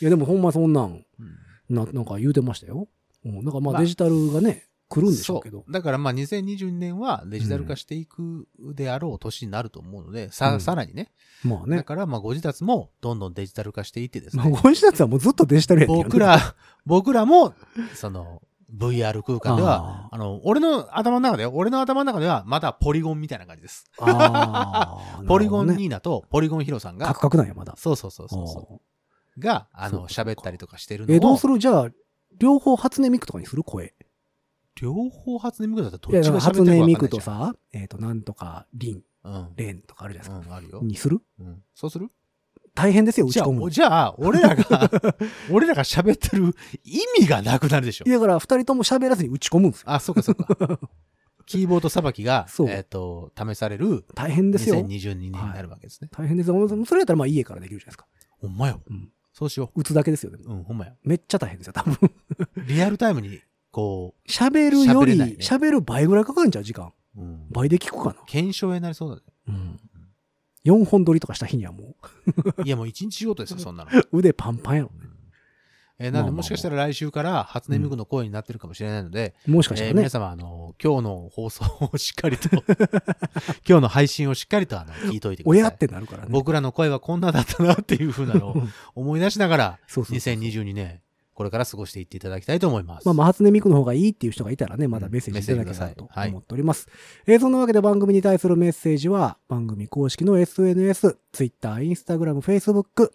Speaker 2: や、でもほんまそんなん、
Speaker 3: うん
Speaker 2: な、なんか言うてましたよ。うん。なんかま
Speaker 3: ま
Speaker 2: あ
Speaker 3: あ
Speaker 2: デジタルがね、来るんでしょうけど
Speaker 3: そ。う。だからまあ2022年はデジタル化していくであろう年になると思うので、さ、
Speaker 2: うん
Speaker 3: さらにね。
Speaker 2: まあ
Speaker 3: だ
Speaker 2: ね。
Speaker 3: からまあご自宅もどんどんデジタル化していってです
Speaker 2: まあ、
Speaker 3: ね。
Speaker 2: ご自宅はもうずっとデジタルやねんけど
Speaker 3: 僕ら、僕らも、その、VR 空間では、あの、俺の頭の中では、俺の頭の中では、まだポリゴンみたいな感じです。
Speaker 2: あー
Speaker 3: ポリゴン
Speaker 2: なるほどね
Speaker 3: ニーナとポリゴンヒロさん
Speaker 2: カ
Speaker 3: が
Speaker 2: ク、カクなんや、まだ。
Speaker 3: そうそうそうそうそ
Speaker 2: おう
Speaker 3: う、が、あ
Speaker 2: そう
Speaker 3: の、
Speaker 2: かそうか
Speaker 3: 喋ったりとかしてるのを、
Speaker 2: え、どうするじゃあ、両方初音ミクとかにする声。
Speaker 3: 両方初音ミクだった
Speaker 2: いや
Speaker 3: らどっちが
Speaker 2: 初
Speaker 3: 喋ってる
Speaker 2: 音
Speaker 3: か分
Speaker 2: ミ
Speaker 3: かんな
Speaker 2: ク
Speaker 3: いじ
Speaker 2: と
Speaker 3: ゃん。
Speaker 2: さ、えっ、と、なんとか、リン、
Speaker 3: うん。
Speaker 2: レンとかあるじゃないで
Speaker 3: うん、ある
Speaker 2: すか。
Speaker 3: よ。
Speaker 2: にする
Speaker 3: うん。そうする
Speaker 2: 大変ですよ、打
Speaker 3: じ
Speaker 2: ち
Speaker 3: ゃあ
Speaker 2: 込むの
Speaker 3: お、。じゃあ、俺
Speaker 2: *laughs*
Speaker 3: らが、俺らが喋ってる意味がなくなるでしょ
Speaker 2: い。やだから、二人とも喋らずに打ち込むんですよ。
Speaker 3: あ、そうかそう
Speaker 2: *laughs*
Speaker 3: か。キーボードさばきが、
Speaker 2: そう
Speaker 3: えっ、と、試される
Speaker 2: 大変ですよ。
Speaker 3: 2022年になるわけですね。
Speaker 2: 大変ですよ。それやったら、まあ、家からできるじゃないですか。
Speaker 3: ほんまよ、
Speaker 2: うん
Speaker 3: そうしよ
Speaker 2: 打つだけですよ、ね
Speaker 3: う。うん、ほんまや。
Speaker 2: めっちゃ大変ですよ、多分。
Speaker 3: リアルタイムに、こ
Speaker 2: 喋るよ
Speaker 3: *laughs* 喋れ
Speaker 2: り、
Speaker 3: ないね
Speaker 2: 喋る倍ぐらいかかるんちゃう時間。
Speaker 3: う、うん
Speaker 2: 倍で聞くか
Speaker 3: 検証になりそうだね。
Speaker 2: な。うん。4本撮りとかした日にはも
Speaker 3: いや、もう一日仕
Speaker 2: *laughs*
Speaker 3: 事ですよ、そんなの。
Speaker 2: う、腕パンパンやろ。
Speaker 3: えーな
Speaker 2: まあまあ
Speaker 3: の
Speaker 2: まあ
Speaker 3: で、もしかしたら来週から初音ミクの声になってるかもしれないので、
Speaker 2: もしかした
Speaker 3: え
Speaker 2: ら
Speaker 3: ー皆
Speaker 2: ね。
Speaker 3: 様、あの、今日の放送をしっかりと、 *laughs* 今日の配信をしっかりと、あの、聞いといてください。
Speaker 2: 親ってなるからね。
Speaker 3: 僕らの声はこんなだったなっていうふうなのを思い出しながら、
Speaker 2: *laughs* そうそうそう。
Speaker 3: 2022年、これから過ごしていっていただきたいと思います。
Speaker 2: まあ、まあ初音ミクの方がいいっていう人がいたらね、まだ
Speaker 3: うん
Speaker 2: メッセージいただけたらと
Speaker 3: メッセージくださいはい
Speaker 2: 思っております。えーそんなわけで番組に対するメッセージは、番組公式の SNS、Twitter、Instagram、Facebook、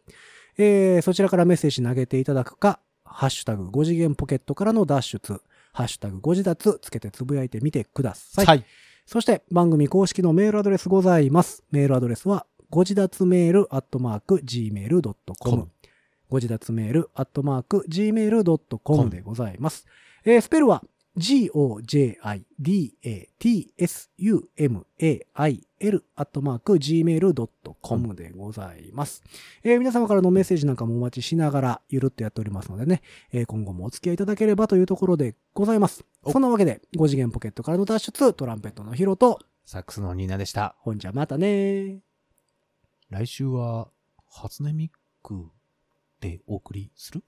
Speaker 2: えーそちらからメッセージ投げていただくか、ハッシュタグ5次元ポケットからの脱出、ハッシュタグ5次脱つけてつぶやいてみてください。
Speaker 3: はい。
Speaker 2: そして番組公式のメールアドレスございます。メールアドレスは、ご自立メールアットマーク gmail.com
Speaker 3: com。
Speaker 2: ご自立メールアットマーク gmail.com でございます。えースペルは、g-o-j-i-d-a-t-s-u-m-a-i-l アットマーク gmail.com でございます。えー皆様からのメッセージなんかもお待ちしながら、ゆるっとやっておりますのでね、えー今後もお付き合いいただければというところでございます。
Speaker 3: お
Speaker 2: そんなわけで、5次元ポケットからの脱出、トランペットのヒロと、
Speaker 3: サックスのニーナでした。
Speaker 2: ほんじゃまたねー。
Speaker 3: 来週は、初音ミックでお送りする